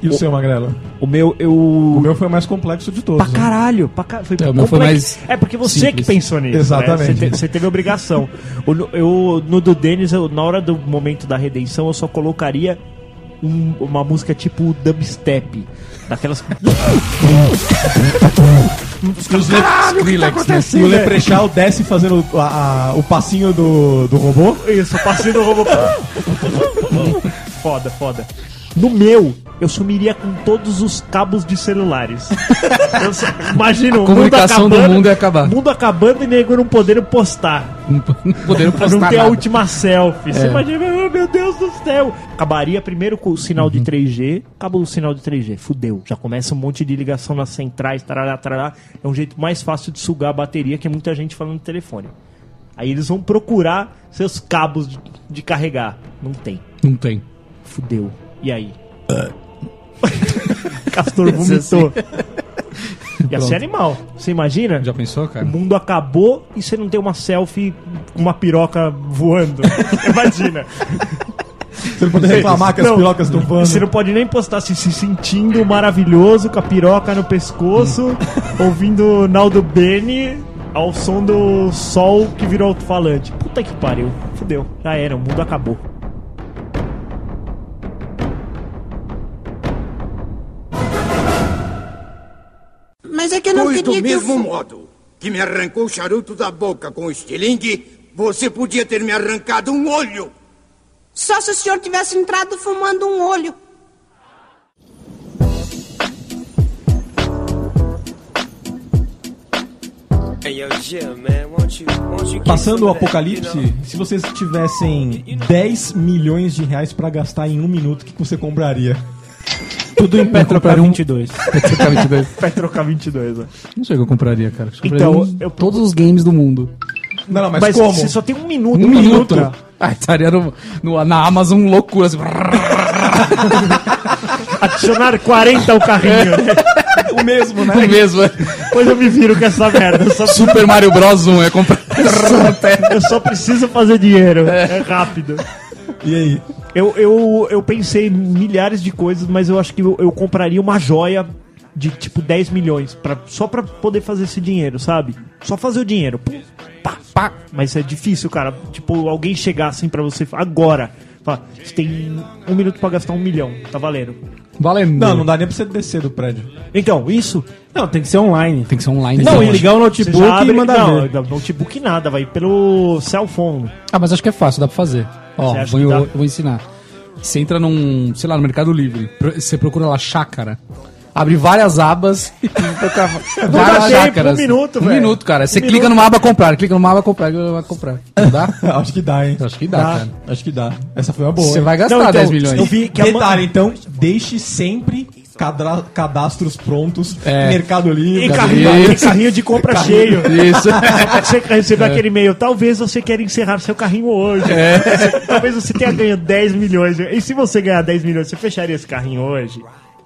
B: E o, seu, Magrela?
F: O meu, eu.
B: O meu foi o mais complexo de todos.
D: Pra
B: né?
D: caralho, pra caralho. Foi
E: É, o meu foi
D: complexo. É porque você
E: simples.
D: que pensou nisso.
B: Exatamente.
D: né? Você, te- você teve obrigação. O no- eu, no do Denis, eu, na hora do momento da redenção, eu só colocaria um- uma música tipo dubstep. Daquelas. Ah, tá
E: Skrillex, né?
B: E o Leprechal desce fazendo a- a- o passinho do, do robô.
D: Isso, eu passei no robô. foda, foda. No meu, eu sumiria com todos os cabos de celulares. Eu só- Imagina, o mundo
E: comunicação do
D: acabando-
E: mundo ia acabar.
D: Mundo acabando e nego não podendo postar.
E: Não poderam
D: Pra
E: postar
D: não ter a
E: nada.
D: última selfie. Você imagina, "Ah, meu Deus do céu. Acabaria primeiro com o sinal de 3G. Acabou o sinal de 3G, fudeu. Já começa um monte de ligação nas centrais, tarará, tarará. É um jeito mais fácil de sugar a bateria que é muita gente falando no telefone. Aí eles vão procurar seus cabos de, de carregar. Não tem.
E: Não tem.
D: Fudeu. E aí? Castor vomitou. Ia ser animal. Você imagina?
E: Já pensou,
D: O
E: cara?
D: mundo acabou e você não tem uma selfie com uma piroca voando. Imagina.
B: Você não pode reclamar que as
D: Não.
B: pirocas estão
D: Você
B: voando.
D: não pode nem postar se, se sentindo maravilhoso com a piroca no pescoço,
B: Hum.
D: ouvindo Naldo Bene ao som do sol que virou alto-falante. Puta que pariu. Fudeu. Já era, o mundo acabou.
H: Mas é que eu não
G: Pois do
H: queria que eu
G: mesmo
H: fo-
G: modo que me arrancou o charuto da boca com o estilingue, você podia ter me arrancado um olho.
H: Só se o senhor tivesse entrado fumando um olho.
B: Passando o apocalipse, se vocês tivessem 10 milhões de reais pra gastar em um minuto, o que você compraria?
F: Tudo em Petro
B: um
F: pra 22.
E: tá
D: Vai trocar 22, ó.
B: né?
E: Não sei o que eu compraria, cara. Acho que eu
D: Então,
E: compraria
D: eu-
E: todos os games do mundo.
B: Não, não, mas,
D: Mas
B: como?
D: você só tem um minuto.
E: Um, minuto. Ah, estaria no, no- na Amazon loucura. Assim,
D: Adicionar 40 ao carrinho, né?
B: O mesmo, né?
E: o mesmo. é.
D: Depois eu me viro com essa merda. Eu só,
E: Super Mario Bros 1 é comprar. É,
D: eu só preciso fazer dinheiro. é rápido.
B: E aí?
D: Eu, eu, eu pensei em milhares de coisas, mas eu acho que eu, eu compraria uma joia de tipo 10 milhões pra, só pra poder fazer esse dinheiro, sabe? Só fazer o dinheiro. Pum, pá, pá. Mas é difícil, cara. Tipo, alguém chegar assim pra você agora. Falar, você tem um minuto pra gastar um milhão, tá valendo.
E: Valendo.
B: Não, não dá nem pra você descer do prédio.
D: Então, isso.
F: Não, tem que ser online.
E: Tem que ser online.
F: Não,
E: então.
F: e ligar o
D: Você
F: notebook
D: já abre,
F: e mandar
D: não,
F: ver.
D: não, notebook nada, vai pelo cell phone.
E: Ah, mas acho que é fácil, dá pra fazer. Ó,
D: Você acha
E: vou,
D: que dá?
E: eu vou ensinar. Você entra num, sei lá, no Mercado Livre. pro- Você procura lá chácara. Abre várias abas e toca várias
D: tempo,
E: chácaras.
D: um minuto,
E: Um
D: velho.
E: minuto, cara. Você
D: Um
E: clica
D: minuto.
E: numa aba comprar, clica numa aba comprar, clica numa aba comprar. Não dá?
B: Acho que dá, hein?
E: Eu acho que dá,
B: Dá,
E: cara.
B: acho que dá. Essa foi uma boa.
E: Você
B: hein?
E: vai gastar
D: Não, então,
E: 10 milhões.
D: eu vi que a
B: Detalhe,
D: ma-
B: então, deixe sempre cadra- cadastros prontos,
E: É.
B: Mercado
D: Em
B: Livre.
D: carrinho,
E: Isso.
D: em carrinho de compra cheio.
E: Isso.
D: Você recebeu
B: É.
D: aquele e-mail, talvez você queira encerrar seu carrinho hoje. Talvez você tenha ganho 10 milhões. E se você ganhar 10 milhões, você fecharia esse carrinho hoje?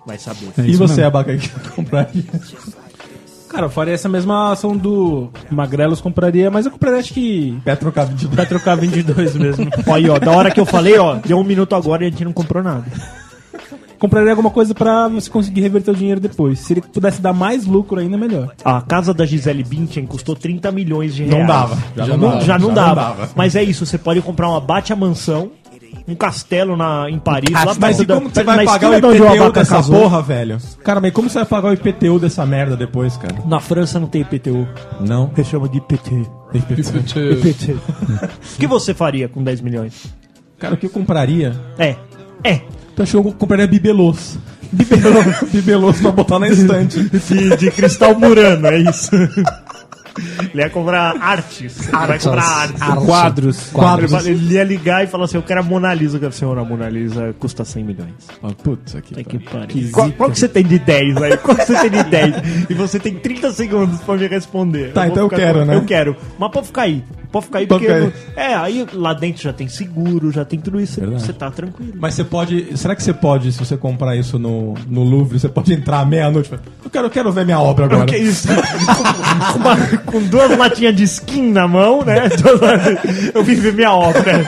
D: Vai saber.
B: E você, Abaca, que vai comprar aqui?
F: Cara, eu faria essa mesma ação do Magrelos, compraria, mas eu compraria acho que
B: Petrocab de
F: pra trocar
B: É
F: 22 mesmo.
D: Ó, Aí, ó, da hora que eu falei, ó, deu um minuto agora e a gente não comprou nada.
F: Compraria alguma coisa pra você conseguir reverter o dinheiro depois. Se ele pudesse dar mais lucro ainda, melhor.
D: A casa da Gisele Bündchen custou 30 milhões de reais.
B: Não dava.
D: Já,
E: Já
D: não,
E: dava,
D: já não
B: já
D: dava.
B: não dava.
D: Mas é isso, você pode comprar uma bate-mansão, um castelo na, em Paris. lá
B: Ah, Mas
D: perto
B: e como
D: da-
B: que você
D: na
B: vai pagar o
D: esquina de onde
B: IPTU
D: Abaca
B: dessa
D: casou.
B: porra, velho? Cara, mas como você vai pagar o IPTU dessa merda depois, cara?
D: Na França não tem IPTU.
B: Não.
D: Você chama de IPT. IPT. O que você faria com 10 milhões?
B: Cara, o que eu compraria?
D: É. É.
B: Então acho que eu compraria bibelôs. Bibelôs, bibelôs pra botar na estante.
D: De, de cristal murano, é isso. Ele ia comprar artes. Vai comprar artes.
F: Quadros.
D: Ele
E: Quadros.
D: fala- Ele ia ligar e falar assim: Eu quero a Mona Lisa. Eu quero, senhor, a Mona Lisa custa 100 milhões.
B: Ah, Putz, aqui. tá.
D: É que pariu. Qual, qual que você tem de 10 aí? Qual que você tem de 10? E você tem 30 segundos pra me responder.
B: Tá,
D: vou
B: então eu
D: ficar
B: quero, né?
D: Eu quero. Mas pode ficar aí. Pode ficar aí
B: Pode
D: porque.
B: ficar
D: eu não- É, aí lá dentro já tem seguro, já tem tudo isso. Você tá tranquilo.
B: Mas você pode. Será que você pode, se você comprar isso no, no Louvre, você pode entrar à meia-noite e falar, eu quero, eu quero ver minha obra agora.
D: O que é isso? com, uma- com duas latinhas de skin na mão, né? Duas latinhas. Eu vim ver minha obra.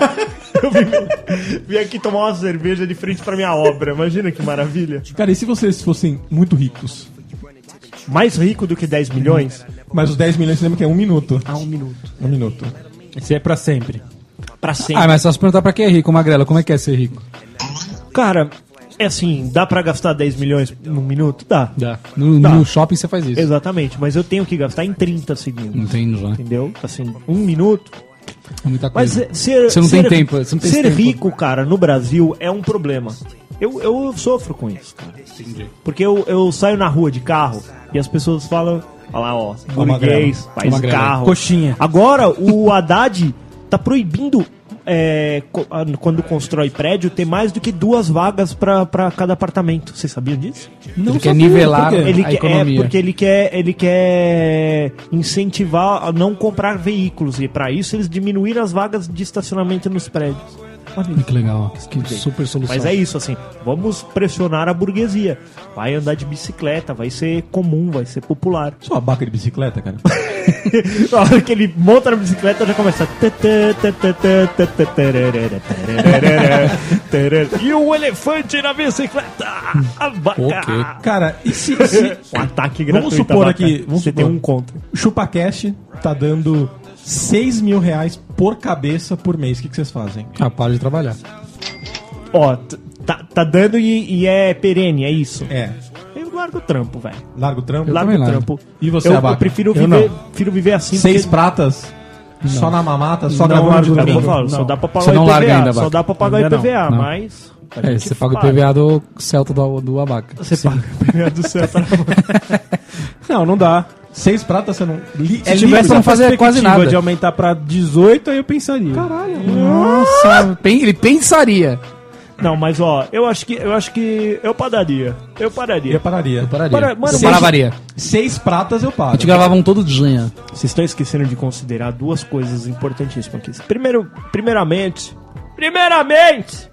D: Eu vim, vim aqui tomar uma cerveja de frente pra minha obra. Imagina que maravilha.
B: Cara, e se vocês fossem muito ricos?
D: Mais rico do que 10 milhões?
B: Mas os 10 milhões você lembra que é um minuto.
D: Ah, um minuto.
B: Um minuto.
F: Esse é pra sempre.
D: Pra sempre.
E: Ah, mas só se perguntar pra quem é rico, Magrela, como é que é ser rico?
D: Cara, é assim, dá pra gastar 10 milhões num minuto? Dá.
E: No,
D: Dá.
E: no shopping você faz isso.
D: Exatamente, mas eu tenho que gastar em 30 segundos.
E: Entendo já.
D: Entendeu? Assim, um minuto.
E: né? É muita
D: Mas
E: coisa.
D: é, ser.
E: Você não
D: ser-
E: tem tempo, você não tem
D: ser
E: tempo.
D: rico, cara, no Brasil é um problema. Eu, eu sofro com isso, cara. Porque eu, eu saio na rua de carro e as pessoas falam. Olha lá, ó,
E: É
D: burguês, faz
E: magrelo.
D: carro.
F: Coxinha.
D: Agora, o Haddad tá proibindo, é, co- ah, quando constrói prédio, ter mais do que duas vagas pra pra cada apartamento. Vocês sabiam disso?
E: Ele quer nivelar
F: por quê?
D: Ele
E: a
D: quer, é,
E: economia.
D: porque ele quer, ele quer incentivar a não comprar veículos. E pra isso eles diminuíram as vagas de estacionamento nos prédios.
E: Que legal. Que super solução.
D: Mas é isso, assim, vamos pressionar a burguesia. Vai andar de bicicleta, vai ser comum, vai ser popular.
B: Só uma abaca de bicicleta, cara.
D: Na hora que ele monta na bicicleta, já começa. E o elefante na bicicleta! A vaca!
E: Ok.
B: Cara, e se. se
D: Um ataque gratuito.
B: vamos supor
D: à vaca.
B: aqui. Vamos
D: Você
B: supor,
D: tem um contra.
B: O ChupaCast tá dando 6 mil reais por cabeça por mês. O que, que vocês fazem?
E: Ah, para de trabalhar.
D: Ó, t- tá, tá dando e, e é perene, é isso.
B: É,
D: Eu largo o trampo, velho.
B: largo trampo.
D: Largo
E: também
D: o
E: largo.
D: trampo.
B: E você,
D: eu,
B: Abaca?
D: eu prefiro
B: Eu
D: viver,
B: não.
D: prefiro viver assim.
B: Seis pratas? Só na mamata? Só
D: não,
B: gravando de
D: eu vou
B: domingo?
D: falar, só
B: Não.
D: dá pra
E: Você
D: pagar
E: não
D: o IPVA,
E: larga ainda,
D: só
E: Abaca.
D: dá pra pagar o
F: Ainda não,
D: IPVA,
E: não.
D: mas a
E: É,
D: gente
E: você paga o PVA do Celta do, do Abaca.
D: Você paga o IPVA do céu, tá na mão.
F: Não, não dá.
B: Seis pratas você não. É Li,
E: Se tivesse
F: Essa
E: não fazer quase
F: perspectiva
E: nada.
F: de aumentar pra 18, aí eu pensaria.
E: Nossa, pen- ele pensaria.
D: Não, mas ó, eu acho que eu acho que eu padaria. Eu
B: Eu
D: pararia.
B: pararia.
E: Pararia.
D: Para- mano,
E: eu
D: mas-
E: pararia.
B: Seis pratas eu
E: A
B: paro.
E: gente gravava um todo dia.
D: Vocês estão esquecendo de considerar duas coisas importantíssimas aqui. Primeiro, primeiramente, primeiramente,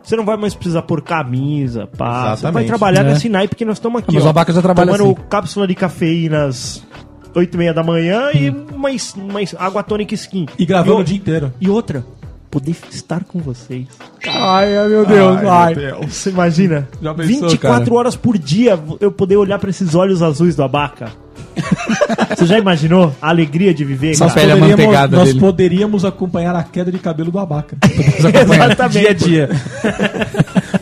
D: você não vai mais precisar pôr camisa, pá. Você vai
B: Exatamente.
D: trabalhar
E: É. Ah,
D: nesse naipe que nós estamos aqui.
E: Mas
D: ó,
E: o Abaca já trabalha
D: Tomando
E: assim.
D: cápsula de cafeínas 8 e meia da manhã e
E: Hum.
D: uma, es- uma es- água tônica skin.
B: E gravando
D: o-
B: o dia inteiro.
D: E outra, poder estar com vocês.
E: Ai, meu Deus.
B: Ai, meu Deus.
D: Você imagina?
E: Já pensou,
D: 24
E: cara?
D: horas por dia eu poder olhar pra esses olhos azuis do abaca. Você já imaginou a alegria de viver,
E: Só
D: cara?
E: pele amanteigada
B: nós
E: dele.
B: poderíamos acompanhar a queda de cabelo do abaca. Tá
D: Exatamente.
F: Dia a dia.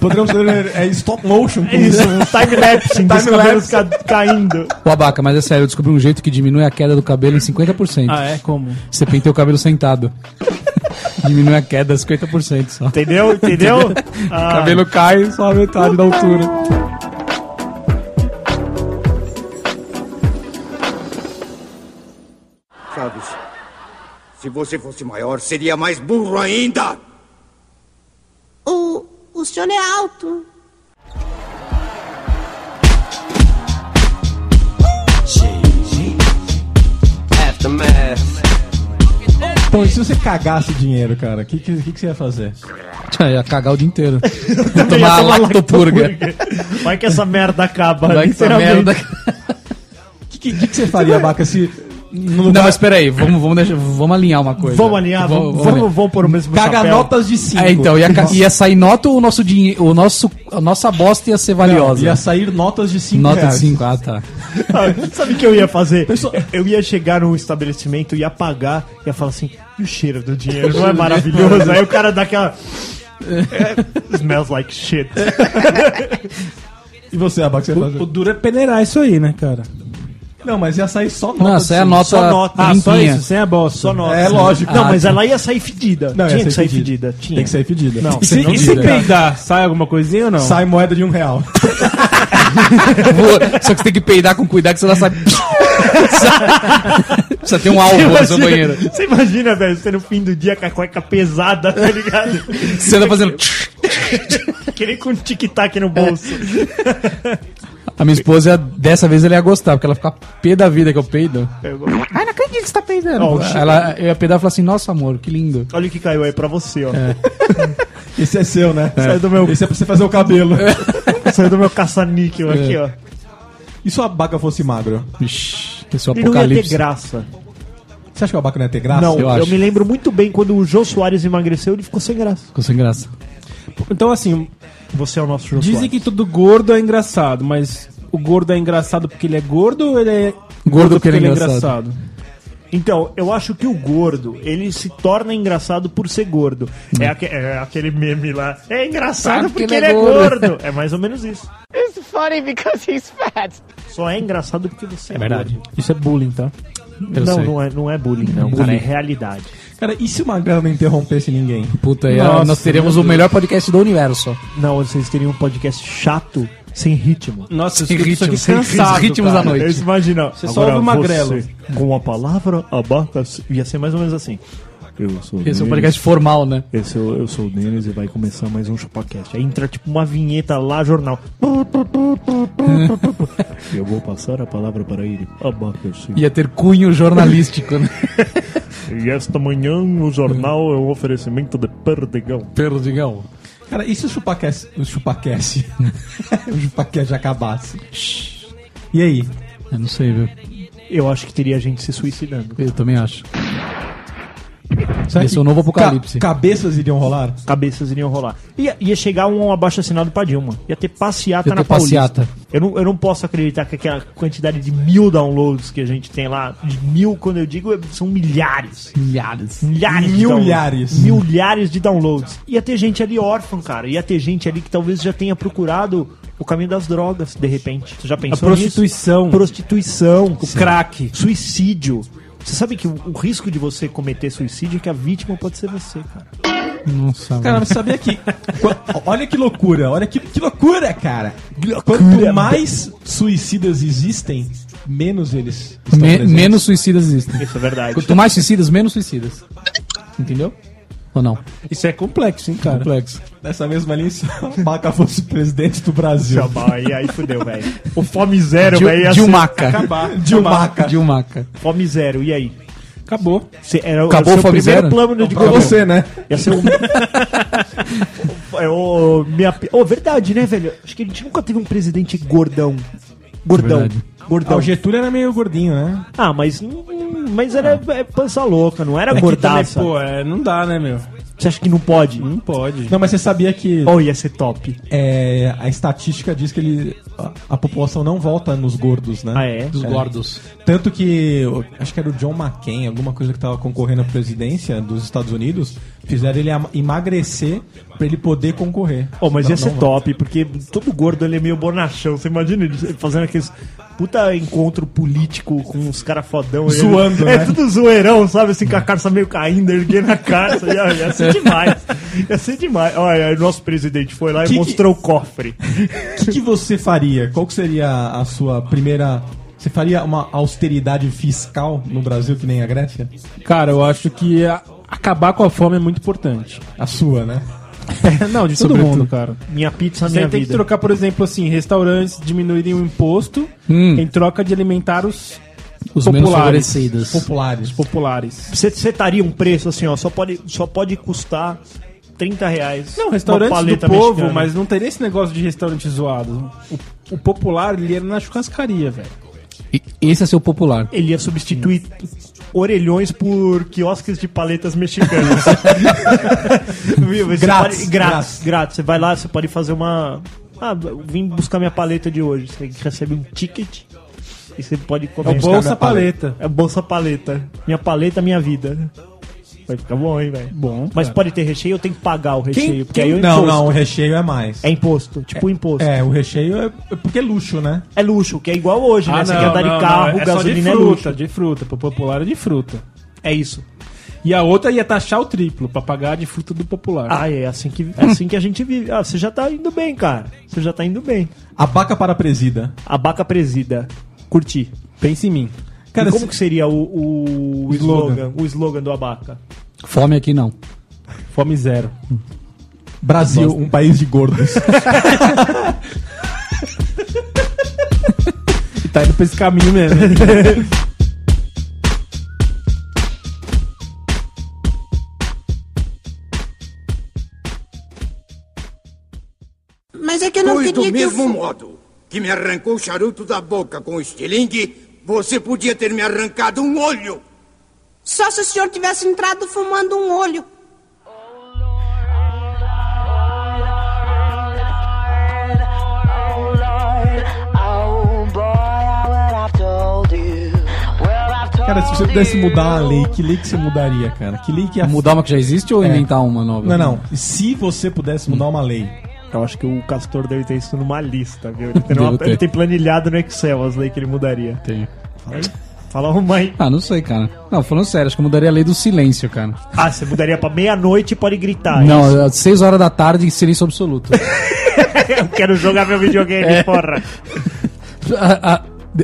B: Poderíamos fazer é, stop motion com
D: É isso,
B: isso. né?
D: um time-lapse dos
B: Time-lapse.
D: cabelos ca caindo.
E: O Abaca, mas é sério, eu descobri um jeito que diminui a queda do cabelo em 50%.
F: Ah, é? Como?
E: Você penteia o cabelo sentado. diminui a queda 50% só.
D: Entendeu? Entendeu? Ah,
E: cabelo cai só a metade da altura.
G: Chaves, se você fosse maior, seria mais burro ainda.
H: O, o senhor é alto.
B: se você cagasse dinheiro, cara, o que, que, que que você ia fazer?
E: Eu ia cagar o dia inteiro. Ia tomar a lactopurga.
D: Vai que essa merda acaba.
E: Vai que essa
D: literalmente.
E: merda.
B: O que, que, que que você faria, Baca, se. No
E: Não,
B: lugar...
E: mas peraí, vamos, vamos, deixar- vamos alinhar uma coisa.
D: Vamos alinhar, vamos, vamos,
E: alinhar.
D: vamos, pôr o mesmo
B: Caga
D: chapéu.
B: notas de 5.
E: É, então, ia, ca- ia sair nota ou o nosso dinheiro. O nosso, a nossa bosta ia ser valiosa?
B: Ia sair notas de 5
E: Nota de 5, ah tá.
D: Sabe- Sabe o que eu ia fazer? Eu ia chegar num estabelecimento, ia pagar, ia falar assim, e o cheiro do dinheiro não é maravilhoso? Aí o cara dá aquela... É, smells like shit.
B: E você, Abaca, você ia fazer?
F: O duro é peneirar isso aí, né, cara?
B: Não, mas ia sair só notas.
E: Nossa, é a nota.
D: só nota.
F: Ah, só
E: limpinha.
F: isso, sem a bosta.
D: Só nota.
B: É lógico.
D: Não,
E: Ah,
D: mas ela ia sair fedida.
B: Não, ia
D: Tinha que
B: sair
D: sair
B: fedida.
D: fedida. Tinha.
B: Tem que sair fedida.
D: Não.
F: E se, e se peidar, sai alguma coisinha ou não?
B: Sai moeda de um real.
E: Boa. Só que você tem que peidar com cuidado que você lá sai. Precisa ter um alvo no seu banheiro.
D: Você imagina, velho, você no fim do dia com a cueca pesada, tá ligado?
E: Você anda fazendo.
D: que nem com um tic-tac no bolso.
E: A minha esposa, ia- dessa vez, ela ia gostar, porque ela fica pé da vida que eu peido. Ai, não acredito que você tá peidando.
D: Ó, o
E: Ela-
D: Chico-
E: ela, eu ia peidar e falar assim: Nossa, amor, que lindo.
D: Olha o que caiu aí pra você, ó.
B: Esse é seu, né?
D: Saiu do meu,
B: Esse é pra você fazer o cabelo.
D: saiu do meu caça-níquel aqui, ó.
B: E se o Abaca fosse magro?
E: Ixi, que seu
D: E não ia ter
E: apocalipse.
D: graça.
B: Você acha que o Abaca não ia ter graça?
D: Não,
E: eu
D: eu,
E: acho.
D: me lembro muito bem quando o Jô Soares emagreceu, ele ficou sem graça.
E: Ficou sem graça.
F: Então, assim,
D: Você é o nosso Jô
F: dizem
D: Soares.
F: que todo gordo é engraçado, mas o gordo é engraçado porque ele é gordo ou ele é
E: Gordo porque ele é engraçado.
F: engraçado?
D: Então, eu acho que o gordo, ele se torna engraçado por ser gordo. É, aque- é aquele meme lá. É engraçado
E: Ah,
D: porque, ele é gordo. É mais ou menos isso.
I: It's funny because he's fat.
D: Só é engraçado porque você é,
E: verdade.
D: gordo.
F: Isso é bullying, tá?
E: Eu
D: não,
E: sei.
D: não é, não é bullying, não, cara. É realidade.
B: Cara, e se o Magrelo não interrompesse ninguém?
E: Puta, aí
F: Nossa,
E: nós teríamos o melhor podcast do universo.
D: Não, vocês teriam um podcast chato, sem ritmo.
F: Nossa,
E: Sem
F: isso aqui
E: ritmos, sem
F: cansado,
E: ritmos
F: cara.
E: da noite.
D: Eu imagino. Você
F: só ouve o magrelo.
D: com a palavra abaca, ia ser mais ou menos assim. Eu
E: Esse é
D: sou o
E: um
D: Denis,
E: podcast formal, né?
D: esse eu, eu sou o Denis e vai começar mais um Chupacast. Aí entra tipo uma vinheta lá, jornal. eu vou passar a palavra para ele, abaca.
E: Ia ter cunho jornalístico, né?
D: E esta manhã o jornal é um oferecimento de Perdigão.
E: Perdigão.
B: Cara, e se o Chupaquece... O Chupaquece... o Chupaquece já acabasse? E aí?
E: Eu não sei, viu?
D: Eu acho que teria gente se suicidando.
E: Eu também acho.
B: Será
E: Esse
B: que
E: é o novo
B: ca-
E: apocalipse.
B: cabeças iriam rolar?
D: cabeças iriam rolar. Ia, ia chegar um abaixo assinado pra Dilma. Ia ter passeata
E: Ia ter
D: na Paulista.
E: passeata.
D: Eu não, eu não posso acreditar que aquela quantidade de mil downloads que a gente tem lá, de mil, quando eu digo, é- são milhares.
E: Milhares.
D: Milhares de
B: Milhares.
D: downloads. Milhares de downloads. Ia ter gente ali órfã, cara. Ia ter gente ali que talvez já tenha procurado o caminho das drogas, de repente. Você já
F: A
D: pensou nisso?
F: prostituição,
D: Prostituição.
F: o crack.
D: Suicídio. Você sabe que o, o risco de você cometer suicídio é que a vítima pode ser você, cara.
E: Nossa,
B: Cara, você sabia que. Qu- olha que loucura, olha que, que loucura, cara. Quanto mais suicidas existem, menos eles estão
E: Me-
B: presentes.
E: menos suicidas existem.
D: Isso é verdade.
E: Quanto mais suicidas, menos suicidas. Entendeu? Ou não?
F: Isso é complexo, hein, cara?
E: Complexo.
B: Nessa mesma linha, se o Baca fosse presidente do Brasil.
D: Jabá, Tá aí, aí fudeu, velho. O Fome Zero,
F: um-
D: velho,
J: assim,
E: Dil-
D: ia
E: Dilmaca.
B: Dilmaca.
E: Dilmaca.
D: ser Fome Zero, e aí?
F: Acabou.
D: Cê- era o-
E: Acabou
D: era
E: o Fome
D: primeiro
E: Zero?
D: plano de
B: Pra
D: governo.
B: você, né?
D: Ia ser um... é o... Minha... pi- Ô, verdade, né, velho? Acho que a gente nunca teve um presidente gordão. Gordão.
E: Verdade.
B: Ah,
D: Gordão.
B: o Getúlio era meio gordinho, né?
D: Ah, mas... não- Mas era é, pança louca, não era
F: Porque também,
D: gordaça.
F: pô, é, não dá, né, meu?
D: Você acha que não pode?
F: Não pode.
B: Não, mas você sabia que
D: Ou ia ser top.
B: é, a estatística diz que ele, a, a população não volta nos gordos, né?
D: Ah, é?
E: Dos
B: É.
E: gordos.
B: Tanto que eu acho que era o John McCain, alguma coisa que tava concorrendo à presidência dos Estados Unidos, fizeram ele ama- emagrecer pra ele poder concorrer.
D: Oh, mas
B: Não-
D: ia ser
J: é
B: não vai.
D: top, porque todo gordo ele é meio bonachão. Você imagina ele fazendo aqueles puta encontro político com uns caras fodão. e ele-
B: Zoando,
D: É
B: né?
D: tudo zoeirão, sabe? Assim, com a carça meio caindo, erguendo a carça. Ia, ia ser demais. Ia ser demais. Olha, aí o nosso presidente foi lá
B: Que
D: e
B: que-
D: mostrou o cofre.
B: O que, que você faria? Qual que seria a sua primeira. Você faria uma austeridade fiscal no Brasil, que nem a Grécia?
F: Cara, eu acho que a- acabar com a fome é muito importante.
B: A sua, né?
F: não, de todo mundo, cara.
D: Minha pizza,
F: Você
D: minha
F: tem que
D: vida.
F: trocar, por exemplo, assim, restaurantes diminuírem o imposto em troca de alimentar os
E: Os menos
B: populares.
E: favorecidos.
B: populares.
F: populares.
J: Você setaria um preço assim, ó, só pode, só pode custar 30 reais.
F: Não,
J: uma
F: restaurantes do
J: paleta
F: povo,
J: mexicana.
F: mas não teria esse negócio de restaurante zoado. O, o popular, ele era na churrascaria, velho.
E: E- Esse é seu popular.
J: Ele ia substituir orelhões por quiosques de paletas mexicanas. Viu? Você
B: Grátis, grátis.
J: pode- grátis, grátis. Você vai lá, você pode fazer uma. Ah, vim buscar minha paleta de hoje. Você recebe um ticket e você pode comer.
F: É o Bolsa Paleta.
J: É bolsa paleta. Minha paleta, minha vida. Vai ficar bom, hein, velho?
F: Bom,
J: Mas
F: cara.
J: pode ter recheio, eu tenho que pagar o recheio.
B: Quem,
J: porque
B: quem-
J: aí eu
B: não, não, o recheio é mais.
J: É imposto, tipo imposto. É.
B: É, o recheio é é porque é luxo, né?
J: luxo, que é igual hoje, né? Você
F: Ah, não,
J: quer andar
F: não,
J: de carro,
F: não, é só de
J: gasolina é
F: fruta,
J: luxo.
F: de fruta. Pro popular é de fruta.
J: É isso.
F: E a outra ia taxar o triplo pra pagar de fruta do popular.
J: Ah, é assim que, é assim que a gente vive. Ah, você já tá indo bem, cara. Você já tá indo bem.
B: Abaca para a presida.
J: Abaca presida. Curti.
F: Pense em mim.
J: E como que seria o, o, o
B: Slogan.
J: slogan. O slogan do abaca?
E: Fome aqui não.
F: Fome zero.
B: Brasil, um país de gordos.
F: E tá indo pra esse caminho mesmo.
H: Mas é que eu não
G: Pois do
H: queria que eu
G: mesmo
H: fu-
G: modo que me arrancou o charuto da boca com o estilingue, você podia ter me arrancado um olho.
H: Só se o senhor tivesse entrado fumando um olho.
B: Cara, se você pudesse mudar a lei, que lei que você mudaria, cara? Que lei que ia
E: Mudar uma que já existe
F: É.
E: ou inventar uma nova?
B: Não, não. Se você pudesse mudar uma lei.
J: Eu acho que o Castor deve ter isso numa lista, viu? Ele tem, uma-
E: Deve ter.
J: ele tem planilhado no Excel as leis que ele mudaria.
E: Tem.
J: Fala uma aí.
E: Ah, não sei, cara. Não, falando sério, acho que eu mudaria a lei do silêncio, cara.
J: Ah, você mudaria pra meia-noite e pode
F: É
J: gritar.
E: não, às 6 horas da tarde, silêncio absoluto.
J: Eu quero jogar meu é um videogame,
E: É.
J: porra.
E: a, a-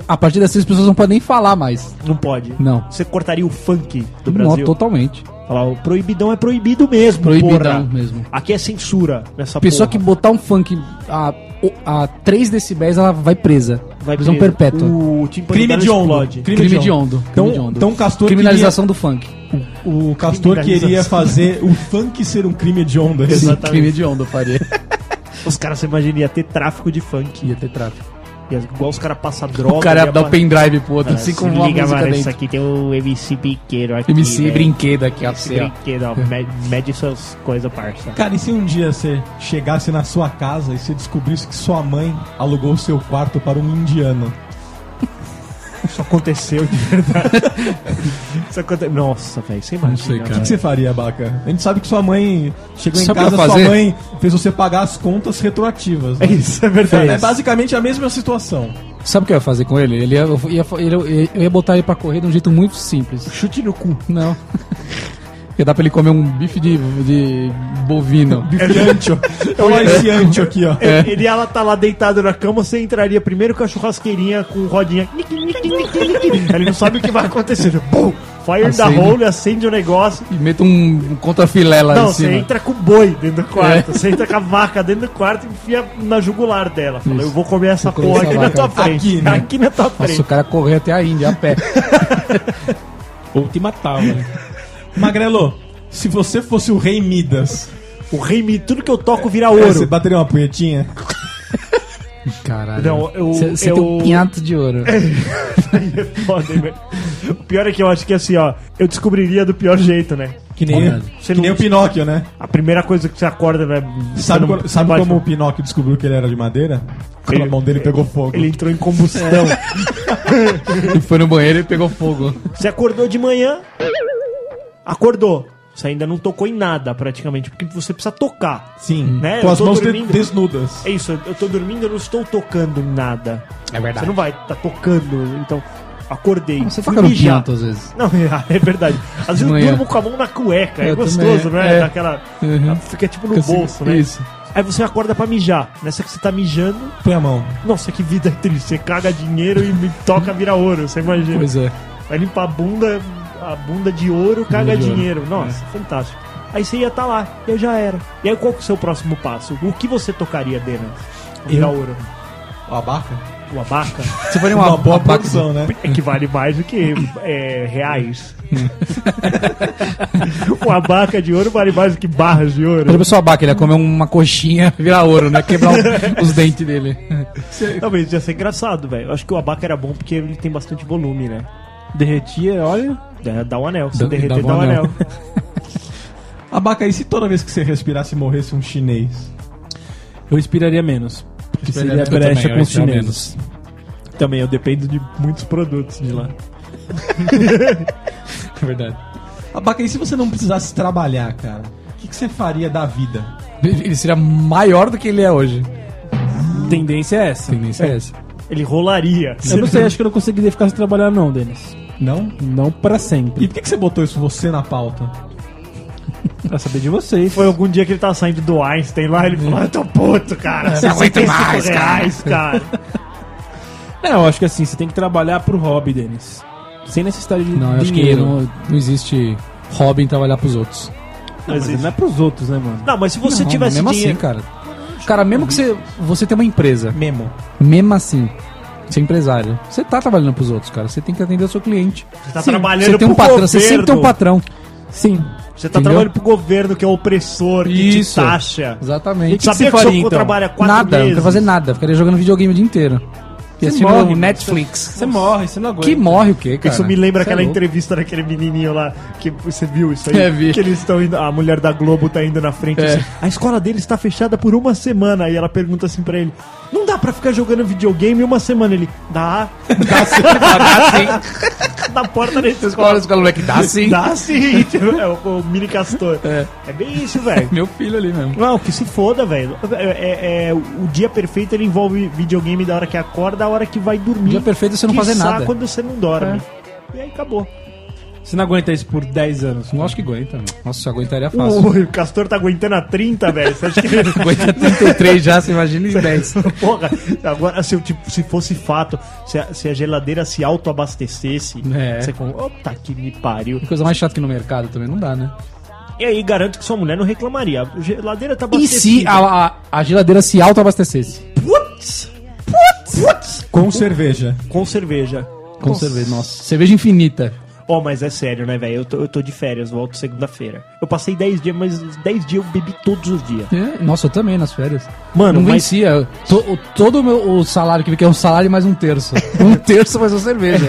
E: a partir das 6 pessoas não podem nem falar mais.
J: Não pode.
E: Não.
J: Você cortaria o funk do
E: Não,
J: Brasil.
E: totalmente.
J: Falar, o proibidão é proibido mesmo,
E: Proibidão
J: porra.
E: mesmo.
J: Aqui é censura nessa
E: Pessoa que
J: porra.
E: botar um funk a, o- a 3 decibéis, ela vai presa.
J: Vai Uh,
E: prisão
J: preso.
E: perpétua.
J: O time
B: Crime
J: planetário
B: de onda.
J: explode.
E: Crime de onda.
B: Então,
E: Crime de onda.
B: então o Castor
E: Criminalização do funk.
B: queria, o Castor queria
J: Criminalização.
B: fazer o funk ser um crime de onda.
J: Exato.
E: Sim, crime de onda, eu faria.
J: Os caras, você imagina, ia ter tráfico de funk.
E: Ia ter tráfico.
J: Ia- Igual os caras passam droga.
E: o cara
J: ia
E: ia dar
J: pa-
E: o pendrive pro outro,
J: Ah,
E: assim
J: se
E: como uma
J: liga,
E: música
J: mano, isso
E: dentro.
J: aqui tem o MC Biqueiro aqui. né?
E: MC
J: velho.
E: brinquedo aqui, ó. pra
J: Esse
E: você, assim, ó. É.
J: brinquedo, ó. Mede, mede suas coisas, parça.
B: Cara, e se um dia você chegasse na sua casa e você descobrisse que sua mãe alugou o seu quarto para um indiano?
J: Isso aconteceu de verdade. Isso aconte... Nossa, velho, você imagina.
E: sei, cara.
B: O que você faria, Baca? A gente sabe que sua mãe chegou em
E: Sabe o que
B: casa,
E: eu ia fazer?
B: sua mãe fez você pagar as contas retroativas.
J: É
B: né?
J: isso, é verdade.
B: É basicamente a mesma situação.
E: Sabe o que eu ia fazer com ele? Ele ia, eu, ia, ele- eu, ia botar ele pra correr de um jeito muito simples.
J: Chute no cu.
E: Não. Ia dar pra ele comer um bife de, de bovino.
B: Bifiancho. É o Laiciancho aqui, ó.
E: É.
J: Ele ela tá lá deitado na cama, você entraria primeiro com a churrasqueirinha com rodinha. Ele não sabe o que vai acontecer. Bum! Fire da
E: Acende.
J: hole, acende o negócio.
E: E meta um, um contrafilé lá
J: Não,
E: em
J: você
E: cima.
J: entra com o boi dentro do quarto. Você entra com a vaca dentro do quarto e enfia na jugular dela. Fala,
E: Isso.
J: eu vou comer essa
E: Vou comer
J: porra
E: essa
J: aqui na
E: vaca.
J: tua frente.
B: Aqui,
J: Aqui,
B: né?
J: na tua
E: Nossa, o
J: frente.
E: cara correu até a Índia a pé.
F: Ou te matava.
B: Magrelo, se você fosse o rei Midas,
J: O rei me tudo que eu toco vira
B: você
J: ouro.
B: bateria uma punhetinha?
E: Caralho.
J: Não, eu-
E: Você
J: eu-
E: tem um pinhato de ouro.
J: É Foda, hein, velho? o pior é que eu acho que assim, ó, eu descobriria do pior jeito, né?
B: Que nem,
J: Você
B: que
J: não-
B: nem o Pinóquio, né?
J: A primeira coisa que você acorda, né? você
B: Sabe,
J: não-
B: quando- sabe
J: pode-
B: como o Pinóquio descobriu que ele era de madeira? Quando a
J: Ele-
B: mão dele pegou fogo.
J: Ele entrou em combustão.
B: É.
E: E foi no banheiro e pegou fogo.
J: Você acordou de manhã, acordou. Você ainda não tocou em nada, praticamente, porque você precisa tocar.
B: Sim,
J: Né?
B: com
J: Eu
B: as
J: tô
B: mãos de-
J: dormindo.
B: desnudas.
J: É isso, eu tô dormindo, eu não estou tocando em nada.
E: É
J: Você não vai tá tocando, então acordei.
E: Você
J: fui
E: fica no
J: mijar.
E: pinto às vezes.
J: Não, é verdade. Às vezes
E: Manhã.
J: eu durmo com a mão na cueca, é
E: Eu
J: gostoso,
E: também,
J: né?
E: é.
J: Daquela.
E: Uhum.
J: Fica tipo no
E: Fica assim,
J: bolso, né?
E: Isso.
J: Aí você acorda pra mijar. Nessa que você tá mijando,
B: Põe a mão.
J: nossa, que vida triste. Você caga dinheiro e me toca vira ouro, você imagina.
E: Pois é.
J: Vai limpar a bunda, a bunda de ouro, caga
E: de ouro. É.
J: dinheiro. Nossa, fantástico. Aí você ia estar tá lá, eu já era. E aí qual que é o seu próximo passo? O que você tocaria, Dena? Virar
B: Eu?
J: ouro.
B: Ó, abaca.
J: Uma marca
E: Você faria uma,
B: Uma boa
E: uma pacto-
B: produção, né?
J: é que vale mais do que é, reais. uma barca de ouro vale mais do que barras de
E: Por
J: ouro.
E: exemplo, o Sobaca, ele ia comer uma coxinha, virar ouro, né? Quebrar o- os dentes dele.
J: Talvez ia ser engraçado, velho. Eu acho que o abaca era bom porque ele tem bastante volume, né?
F: Derretia, olha.
J: Dá- Dá um anel. Se
E: Dá- dava
J: derreter, dá um
E: um
J: anel.
E: anel.
B: Abaca, e se toda vez que você respirasse morresse um chinês?
F: Eu respiraria menos. Porque seria
E: Eu também,
F: brecha
E: eu
F: com os
E: ia tirar
F: chineses.
E: menos.
F: Também, eu dependo de muitos produtos de lá.
E: É verdade.
B: Abaca, e se você não precisasse trabalhar, cara? O que, que você faria da vida?
E: Ele ele seria maior do que ele é hoje.
F: Tendência é essa.
E: Tendência é essa.
J: Ele rolaria.
F: Eu não sei, acho que eu não conseguiria ficar sem trabalhar, não, Denis.
B: Não?
F: Não pra
B: E
F: sempre.
B: por que, que você botou isso você na pauta?
F: pra saber de vocês.
E: um-
J: Foi algum dia que ele tava saindo do Einstein lá, ele falou, eu tô puto, cara. Você
E: aguento É. mais,
J: reais, cara.
F: Não, eu acho que assim, você tem que trabalhar pro hobby, Denis. Sem necessidade de
E: Não, eu acho que
F: dinheiro.
E: não, não existe hobby em trabalhar pros outros.
F: Não, mas não é pros outros, né, mano?
J: Não, mas se você
E: Não,
J: tivesse
E: mesmo
J: dinheiro...
E: assim, cara. Cara, mesmo que você, você tenha uma empresa,
B: Memo.
E: mesmo assim, você é empresário, você tá trabalhando pros outros, cara. Você tem que atender o seu cliente.
J: Você tá
E: Sim,
J: trabalhando
E: você tem um
J: pro
E: patrão, Você sempre tem um
J: governo.
E: patrão.
F: Sim.
J: Você
E: assim,
J: tá
E: Entendeu?
J: trabalhando pro governo que é opressor, que te
E: Isso.
J: taxa.
E: Exatamente.
J: Sabia que, o seu
F: você faria,
J: cu
F: então?
J: trabalha quatro
E: Nada, não
J: meses?
E: quero fazer nada. Ficaria jogando videogame o dia inteiro. E assistindo
F: morre,
E: o
F: mano.
E: Netflix.
F: Você morre, você não aguenta.
E: Que morre o quê, cara?
J: Isso me lembra
E: Você é
J: aquela
E: louco.
J: entrevista daquele menininho lá, que você viu isso aí?
E: É, vi.
J: Que eles estão indo, a mulher da Globo tá indo na frente.
E: É.
J: assim, a escola dele está fechada por uma semana. E ela pergunta assim pra ele: Não dá pra ficar jogando videogame uma semana? Ele: Dá,
E: Dá sim.
J: na porta da
E: Olha
J: escola.
E: os caras, moleque, dá sim.
J: Dá sim, tipo, é o, o mini castor. É, bem isso, velho.
E: Meu filho ali mesmo.
J: Não, que se foda, velho. É, é- é, o dia perfeito ele envolve videogame da hora que acorda, a hora que vai dormir.
E: Dia perfeito é você não fazer
J: Quiçá
E: nada. É.
J: quando você não dorme. E aí acabou.
F: Você não aguenta isso por 10 anos.
E: Não acho que aguenta, meu. Nossa, eu aguentaria fácil.
J: O, o Castor tá aguentando a 30, velho. Você acha que ele.
E: Aguenta 33 já, você imagina em 10.
J: Porra, agora se, eu, tipo, se fosse fato, se a, se a geladeira se autoabastecesse,
E: É.
J: você fala, opa, que me pariu.
E: Coisa mais chata que no mercado também não dá, né?
J: E aí garanto que sua mulher não reclamaria. A geladeira tá
E: E
J: abastecida.
E: se a, a, a geladeira se autoabastecesse?
J: Putz!
B: Com cerveja.
J: Com cerveja.
E: Com cerveja, nossa. Cerveja infinita.
J: Ó, mas é sério, né, velho? Eu tô, eu tô de férias, volto segunda-feira. Eu passei 10 dias, mas os 10 dias eu bebi todos os dias.
E: É, Nossa, eu também nas férias.
J: Mano,
E: não
J: mas-
E: vencia. Eu- to- o- todo o meu o salário que fica é um salário mais um terço. Um terço mais uma cerveja.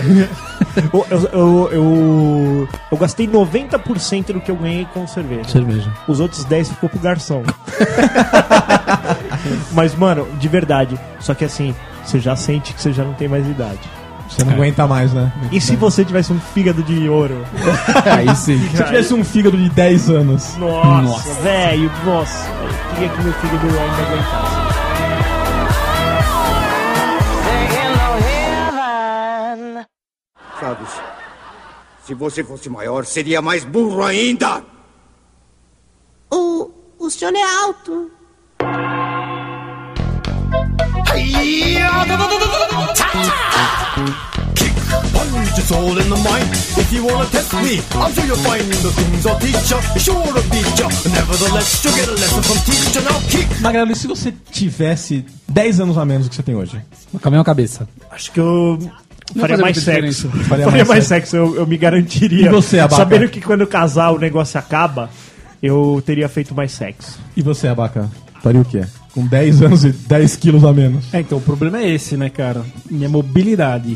J: Eu, eu, eu, eu, eu gastei 90% do que eu ganhei com cerveja.
E: cerveja.
J: Os outros 10 ficou pro garçom. mas, mano, de verdade. Só que assim, você já sente que você já não tem mais idade. É.
B: Você não aguenta mais, né?
J: E se você tivesse um fígado de ouro?
E: Aí sim.
B: Se eu tivesse um fígado de 10 anos.
J: Nossa, velho, nossa. Eu queria que meu fígado ainda aguentasse.
G: Chaves, se você fosse maior, seria mais burro ainda.
H: O, o senhor é alto.
B: Magrelo, e se você tivesse 10 anos a menos do que você tem hoje?
E: Com a mesma Um cabeça.
J: Acho que eu faria
E: fazer
J: mais
E: muita
J: sexo.
E: diferença.
J: Faria, mais sexo, eu, eu me garantiria.
B: E você, Abaca?
J: Sabendo que quando eu casar o negócio acaba, eu teria feito mais sexo.
B: E você, Abaca? Faria o quê? Com 10 anos e 10 quilos a menos.
F: É, então o problema é esse, né, cara? Minha mobilidade.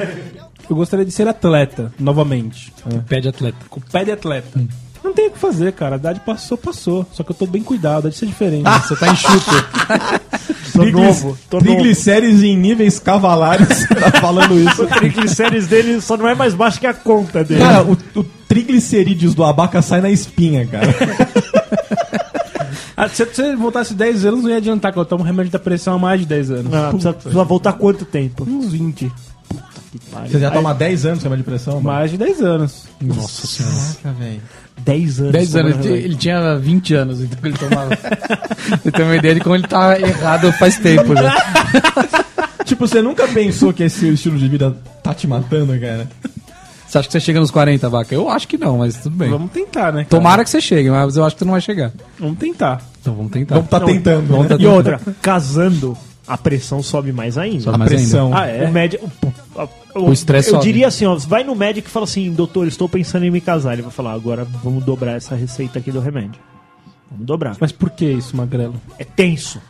F: eu gostaria de ser atleta, novamente.
E: Pé de atleta.
F: Com o pé de atleta. Não tem o que fazer, cara. A idade passou, passou. Só que eu tô bem cuidado, a de ser diferente.
B: Ah,
E: Você tá enxuto.
J: Tô novo, tô novo.
B: Triglicérides em níveis cavalares. Você tá falando isso.
J: O triglicérides dele só não é mais baixo que a conta dele.
B: Cara, o, o triglicerídeos do abaca sai na espinha, cara.
F: Ah, se você voltasse 10 anos, não ia adiantar, que eu tomo remédio da pressão há mais de 10 anos.
J: Ah, precisa, precisa voltar quanto tempo?
F: Uns 20.
B: Você já toma 10 anos de depressão? mano?
F: Mais de 10 anos.
E: Nossa senhora.
B: Caraca, velho.
J: 10 anos.
E: 10 anos. Ele,
J: tomando
E: ele tinha 20 anos, então ele tomava. Eu tenho uma ideia de como ele tá errado faz tempo já.
B: Tipo, você nunca pensou que esse estilo de vida tá te matando, cara?
E: Você acha que você chega nos 40, vaca? Eu acho que não, mas tudo bem.
F: Vamos tentar, né? cara?
E: Tomara que você chegue, mas eu acho que tu não vai chegar.
F: Vamos tentar.
E: Então vamos tentar.
B: Vamos tá tentando. né?
E: Vamos tá
J: E outra, casando
D: a pressão sobe mais ainda.
E: Sobe mais
B: pressão.
E: ainda.
D: Ah, é? O médico. o- a-
E: O estresse
D: Eu
E: sobe.
D: diria assim, ó, vai no médico e fala assim, doutor, estou pensando em me casar. Ele vai falar, agora vamos dobrar essa receita aqui do remédio. Vamos dobrar.
F: Mas por que isso, Magrelo?
D: É tenso.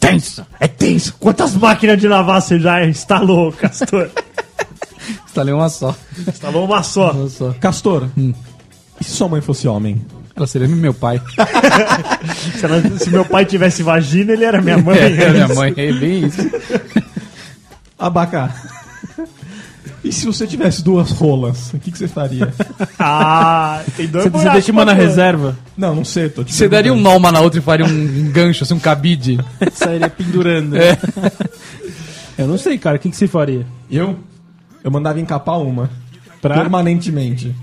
D: Tenso. É tenso. Quantas máquinas de lavar você já instalou, Castor?
E: Instalei tá uma só.
D: Instalou uma só.
E: Uma só.
B: Castor, e se sua mãe fosse homem?
E: Ela seria meu pai.
D: Se, ela- se meu pai tivesse vagina, ele era minha mãe.
E: É, minha mãe. É bem isso.
B: Abacá. E se você tivesse duas rolas, o que, que você faria?
D: Ah, tem dois
F: Você, você deixa uma na reserva?
B: Não, não sei, tô te
E: Você daria um nó uma na outra e faria um gancho, assim, um cabide.
F: Sairia pendurando.
E: É.
F: Eu não sei, cara. O que, que você faria?
B: Eu? Eu mandava encapar uma.
F: Pra?
B: Permanentemente.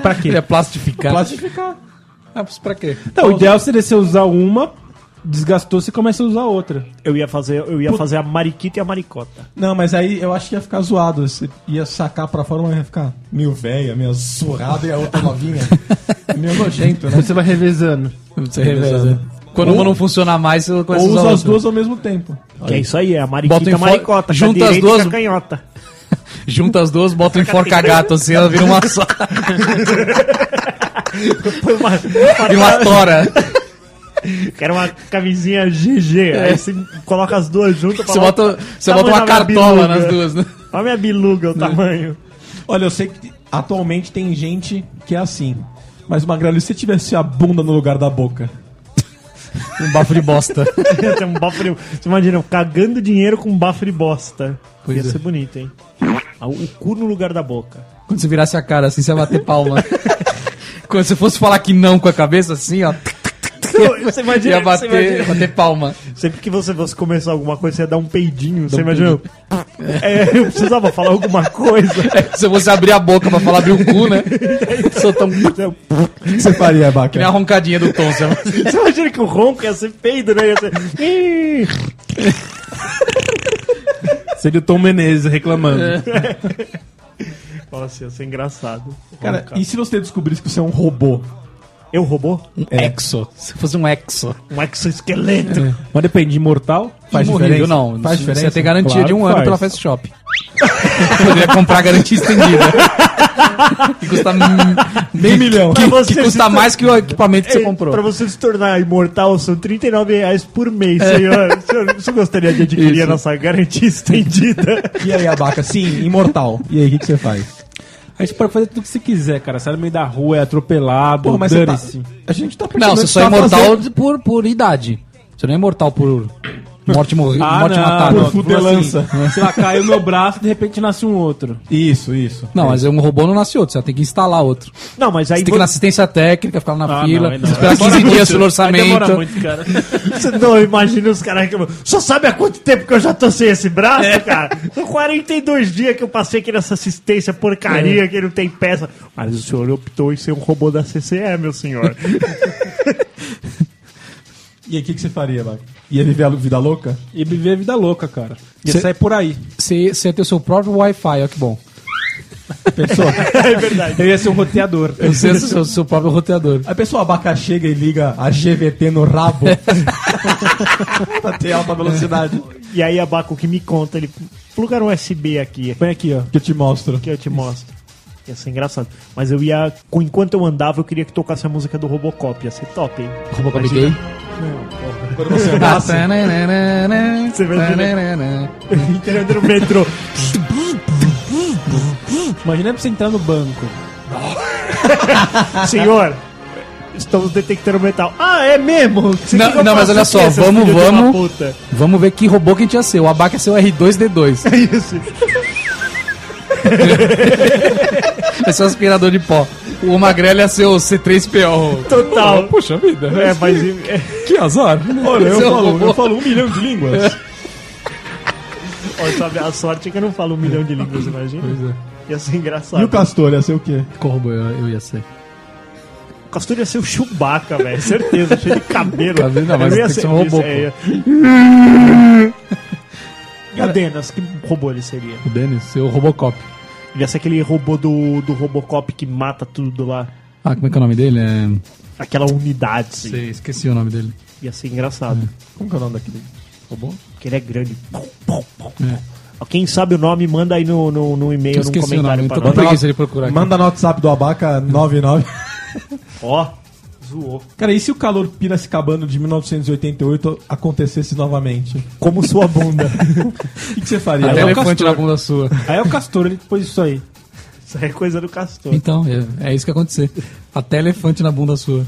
F: Pra quê?
E: Ele é plastificar.
B: Plastificar.
E: Ah, mas pra quê?
F: Não, o ideal seria você usar uma, desgastou, você começa a usar outra.
D: Eu ia, fazer, eu ia fazer a mariquita e a maricota.
B: Não, mas aí eu acho que ia ficar zoado. Você ia sacar pra fora, mas ia ficar meio velha, meio surrada e a outra novinha. É meio nojento, né?
F: Você vai revezando.
E: Você reveza. Quando uma não funcionar mais, você começa a
B: Ou
E: usar
B: usa as
E: outra.
B: duas ao mesmo tempo.
D: Que é isso aí, é a mariquita
E: Bota
D: e
E: em
D: a
E: fo-
D: maricota. com a
E: junta as
D: direita e
E: duas-
D: com a canhota.
E: Junta as duas, bota um enforca-gato, assim, ela vira uma só. Vira uma tora.
D: Quero uma camisinha GG. Aí você coloca as duas juntas pra
E: É. Você
D: lá-
E: bota, você
D: tamanho
E: bota uma
D: da minha
E: cartola
D: biluga.
E: nas duas, né?
D: Olha a minha biluga, o tamanho.
B: Olha, eu sei que atualmente tem gente que é assim. Mas, Magrelo, e se tivesse a bunda no lugar da boca?
E: Um bafo de bosta.
D: Tem um bafo de... Você imagina, eu cagando dinheiro com um bafo de bosta.
E: Pois
D: Ia
E: é.
D: ser bonito, hein? Ah, O cu no lugar da boca.
E: Quando você virasse a cara assim, você ia bater palma. Quando você fosse falar que não com a cabeça, assim, ó.
D: Você
E: Ia
D: imagina, você
E: bater,
D: imagina.
E: bater palma.
D: Sempre que você fosse começar alguma coisa, você ia dar um peidinho. Você imagina? É, eu precisava falar alguma coisa.
E: Se você abrir a boca pra falar, abrir o cu, né? Soltar um...
B: O que você faria,
E: Que nem a
B: Baca?
E: roncadinha do Tom. Você...
D: Você imagina que o ronco ia ser peido, né? Ia ser... Ih,
F: Seria o Tom Menezes reclamando.
D: Nossa, ia ser assim, engraçado.
B: Cara, e se você descobrisse que você é um robô?
D: Eu robô?
E: Exo. Se fosse um exo.
D: Um exoesqueleto.
F: Mas depende, imortal?
B: Faz
E: Imorrível,
B: diferença?
E: não.
B: Faz
E: você
B: diferença?
E: ia ter garantia
F: Claro
E: de um
F: que
E: ano
F: faz.
E: pela Fast Shop. Poderia comprar garantia estendida. que custa meio
B: milhão.
E: Que,
D: Pra você
E: que custa
D: se-
E: mais que o equipamento que você
D: É, Pra
E: comprou.
D: você se tornar imortal, são 39 reais por mês. Senhor, o senhor, o senhor gostaria de adquirir
E: Isso.
D: a nossa garantia estendida?
B: E aí, Abaca? Sim, imortal. E aí, o que, que você faz?
F: A gente pode fazer tudo que você quiser, cara. Sai no meio da rua, é atropelado,
B: Pô, mas você tá...
F: dane-se.
B: A gente tá
E: Não,
B: percebendo
E: você
B: que
E: só é
B: tá
E: imortal
B: fazendo-
E: por, por idade. Você não é imortal por morte, morri, morte matada.
B: não.
F: tô falando
B: fudelança.
E: é
F: assim, sei lá, caiu meu braço e de repente nasce um outro.
B: Isso, isso.
E: Não, mas um robô não nasce outro, você tem que instalar outro. Você
D: Não, mas aí
E: tem que ir na assistência técnica, ficar lá na
F: Ah,
E: fila,
F: não, aí não.
E: esperar 15 dias pelo orçamento.
F: muito, cara.
D: você não imagina os caras que. Só sabe há quanto tempo que eu já tô sem esse braço, cara? São 42 dias que eu passei aqui nessa assistência porcaria que não tem peça. Mas o senhor optou em ser um robô da CCE, meu senhor.
B: E aí, o que, que você faria, Abaca? Ia viver a vida louca?
F: E viver a vida louca, cara. E
E: Cê-
F: sai por aí.
E: Você, você ia ter o seu próprio Wi-Fi, olha que bom.
D: é verdade.
F: Eu ia ser um roteador.
E: Você ia ser o seu, seu próprio roteador.
B: Aí a pessoa abaca chega e liga a GVT no rabo. pra ter alta velocidade.
D: E aí, Abaco que me conta, ele plugar um USB aqui,
F: Põe aqui, ó.
B: Que eu te mostro.
D: que eu te mostro. Ia ser engraçado. Mas eu ia. Enquanto eu andava, eu queria que tocasse a música do Robocop. Ia ser top, hein?
E: Robocop gay.
B: Quando você
E: Ah,
B: andasse,
E: tananana,
D: Você vai ver, né?
E: tananana.
D: Entrando no metrô.
F: Imagina pra você entrar no banco.
D: Senhor, estamos detectando metal. Ah, é mesmo? Você
E: Não,
D: fica
E: não, mas
D: fazendo
E: olha
D: o
E: só,
D: quê, seu
E: vamos,
D: filho de uma
E: vamos.
D: puta?
E: Vamos ver que robô que a gente ia ser. O Abaca ia ser o R2D2.
D: É isso.
E: Vai ser o aspirador de pó. O Magrelo ia ser o C3PO.
D: Total.
E: Puxa vida.
D: É, mas. é,
E: Que azar.
B: Olha, eu
E: Seu
B: falo,
E: robô.
B: eu falo um milhão de línguas.
D: ó, sabe, a sorte é que eu não falo um milhão de línguas, imagina.
E: é.
D: Ia ser engraçado.
B: E o Castor ia ser o quê?
E: Qual robô eu, eu ia ser?
D: Castor ia ser o Chewbacca, velho. Certeza, cheio de cabelo.
E: Cabelo, Tá não, mas
D: Ele
E: tem que ser um
D: isso,
E: robô,
D: é, ia- E a Denas, que robô ele seria?
E: O Denis, seu Robocop.
D: Ele ia ser aquele robô do, do Robocop que mata tudo lá.
E: Ah, como é que é o nome dele? É...
D: Aquela unidade, assim. sim.
E: Sei, esqueci o nome dele.
D: Ia ser engraçado.
B: Como que é o nome daquele?
J: assim, Porque ele é grande.
B: É.
J: Quem sabe o nome, manda aí no, no, no
E: Eu
J: e-mail, num
E: esqueci o
J: comentário
E: nome, então tô com
J: pra
B: então
J: nós.
B: tá
E: preguiça de procurar aqui.
B: Manda no WhatsApp do Abaca 99.
J: Ó, zoou.
B: Cara, e se o calor pira se acabando de 1988 acontecesse novamente?
J: Como sua bunda.
B: O que, que você faria?
E: Até
B: Não,
E: elefante na bunda sua.
D: Aí é o Castor, ele pôs isso aí.
J: Isso aí é coisa do Castor.
E: Então, é, é isso que ia acontecer. Até elefante na bunda sua.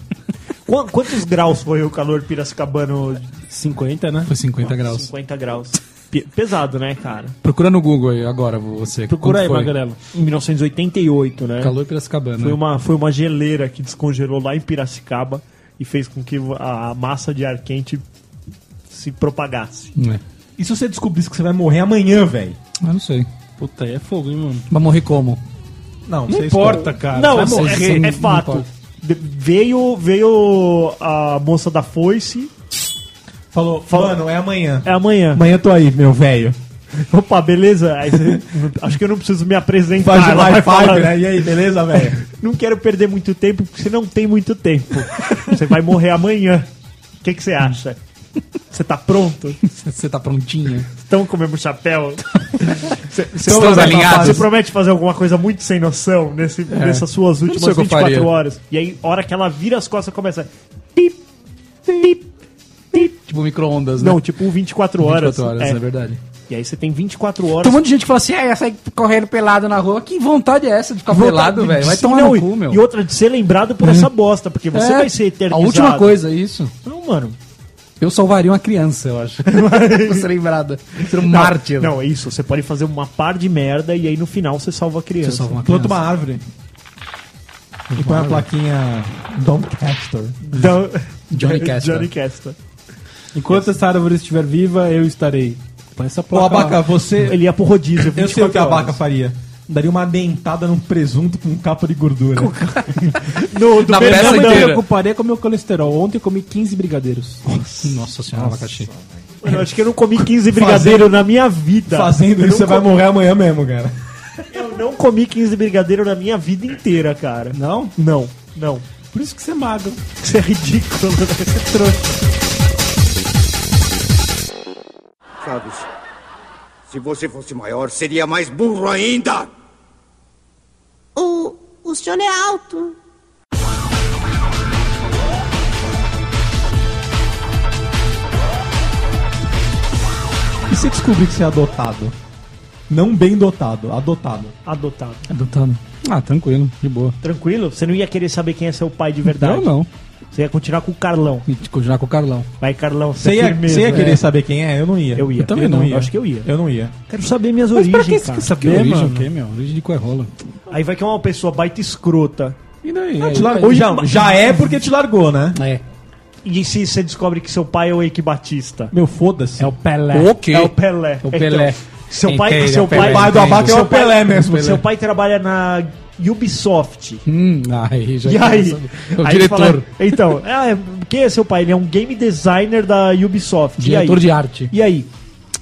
J: Qu- quantos graus foi o calor Piracicabano?
D: 50, né?
E: Foi 50 graus.
J: 50 graus. Pe- Pesado, né, cara?
E: Procura no Google aí agora, você.
D: Procura
E: Quanto foi?
D: aí, Magrelo.
J: Em 1988, né?
E: Calor Piracicabana.
J: Foi uma, foi uma geleira que descongelou lá em Piracicaba e fez com que a a massa de ar quente se propagasse.
E: É.
B: E se você descobrisse que você vai morrer amanhã, velho?
E: Eu não sei.
D: Puta, aí é fogo, hein, mano?
E: Mas morri como?
B: Não,
D: Não
B: você
D: importa,
B: escolhe.
D: cara.
J: não,
E: vai
J: é-
E: morrer,
J: é, é
E: não
J: fato.
E: importa.
J: De- Veio, veio a moça da foice.
B: Falou,
J: Fala-
B: mano, é amanhã.
J: É amanhã.
B: Amanhã eu tô aí, meu velho.
J: Opa, beleza? Aí você- acho que eu não preciso me
D: Ah,
J: apresentar.
B: Faz
J: ela
B: o
J: vai
B: high
J: falar,
B: five, né? E aí, beleza, velho?
J: Não quero perder muito tempo, porque você não tem muito tempo. Você vai morrer amanhã. O que, que você acha? Você tá pronto?
E: Você tá prontinha?
J: Estão comendo chapéu? Cê- cê-
E: Estamos
J: cê-
E: alinhados?
J: Você promete fazer alguma coisa muito sem noção nesse, nessas suas
E: sei o
J: últimas
E: que eu
J: 24
E: faria.
J: horas. E aí, hora que ela vira as costas, começa. Pip, pip, pip.
E: Tipo micro-ondas, né?
J: Não, tipo 24 horas.
E: 24 horas,
J: É.
E: é verdade.
J: E aí você tem 24 horas.
E: Tem um monte de gente que fala assim, ah, ia sair correndo pelado na rua. Que vontade é essa de ficar pelado, velho? Vai
J: Sim,
E: tomar
J: não,
E: no
J: e-
E: cu, meu. Hum.
J: E outra de ser lembrado por essa bosta, porque você
E: É,
J: vai ser eternizado.
E: A última coisa, isso.
J: Não, mano.
E: Eu salvaria uma criança, eu acho. pra ser lembrada. Ser um
B: né?
E: mártir.
J: Não, é isso. Você pode fazer uma par de merda e aí no final você salva a criança.
E: Você salva uma
B: Planta
E: criança.
B: uma árvore. E põe a plaquinha Dom Castor.
J: Então-
E: Johnny Castor.
J: Johnny Castor.
D: Enquanto essa árvore estiver viva, eu estarei. Põe essa
B: Ô,
D: placa.
B: Abaca, você.
J: Ele ia pro rodízio.
B: Eu sei o que é a
J: 24 horas.
B: Abaca faria. Daria uma dentada num presunto com capa de gordura.
J: No, do
E: Na
J: Fernando-
E: peça
D: Eu me
E: inteira.
D: preocuparei com o meu colesterol. Ontem eu comi 15 brigadeiros.
E: Nossa senhora, abacaxi.
J: Eu acho que eu não comi 15 brigadeiros na minha vida.
B: Fazendo
J: Eu
B: isso, você
J: não
B: vai
J: comi-
B: morrer amanhã mesmo, cara.
J: Eu não comi 15 brigadeiros na minha vida inteira, cara.
D: Não?
J: Não, não.
D: Por isso que você é magro.
J: Isso é ridículo. né? Você é trouxa.
G: Chaves, se você fosse maior, seria mais burro ainda.
H: O, o senhor é alto.
B: E se descobrir que você é adotado? Não bem dotado, adotado.
J: Adotado.
E: Adotando. Ah, tranquilo, de boa.
J: Tranquilo? Você não ia querer saber quem é seu pai de verdade?
E: Eu não.
J: Você ia continuar com o Carlão.
E: E te continuar com o Carlão.
J: Vai, Carlão, você é
B: Você ia,
J: firmeza.
B: você ia querer saber quem é? Eu não ia.
J: Eu ia. Eu
E: também
B: não
E: não,
B: ia.
J: eu acho que eu ia.
B: Eu não ia.
J: Quero saber minhas origens, cara.
E: Que
B: é,
E: origem o quê, meu? Origem de coerrola.
J: Aí vai que é uma pessoa baita escrota.
E: E
J: Ah,
E: daí?
B: Te largou, já, já é porque te largou, né?
E: É.
J: E se você descobre que seu pai é o Eike Batista?
B: Meu, foda-se.
D: É o Pelé.
E: O quê?
J: É o Pelé.
E: O Pelé.
J: seu
E: Quem
J: pai,
E: queira,
J: seu
E: o Pelé.
J: pai,
B: O pai do Abaca é o
J: seu pai-
B: Pelé mesmo.
E: Pelé.
J: Seu pai trabalha na Ubisoft.
E: Hum, aí já É
J: E aí?
E: O
J: Aí
E: diretor.
J: fala- então, ah, é- quem é seu pai? Ele é um game designer da Ubisoft. e
E: Diretor
J: aí?
E: de arte.
J: E aí?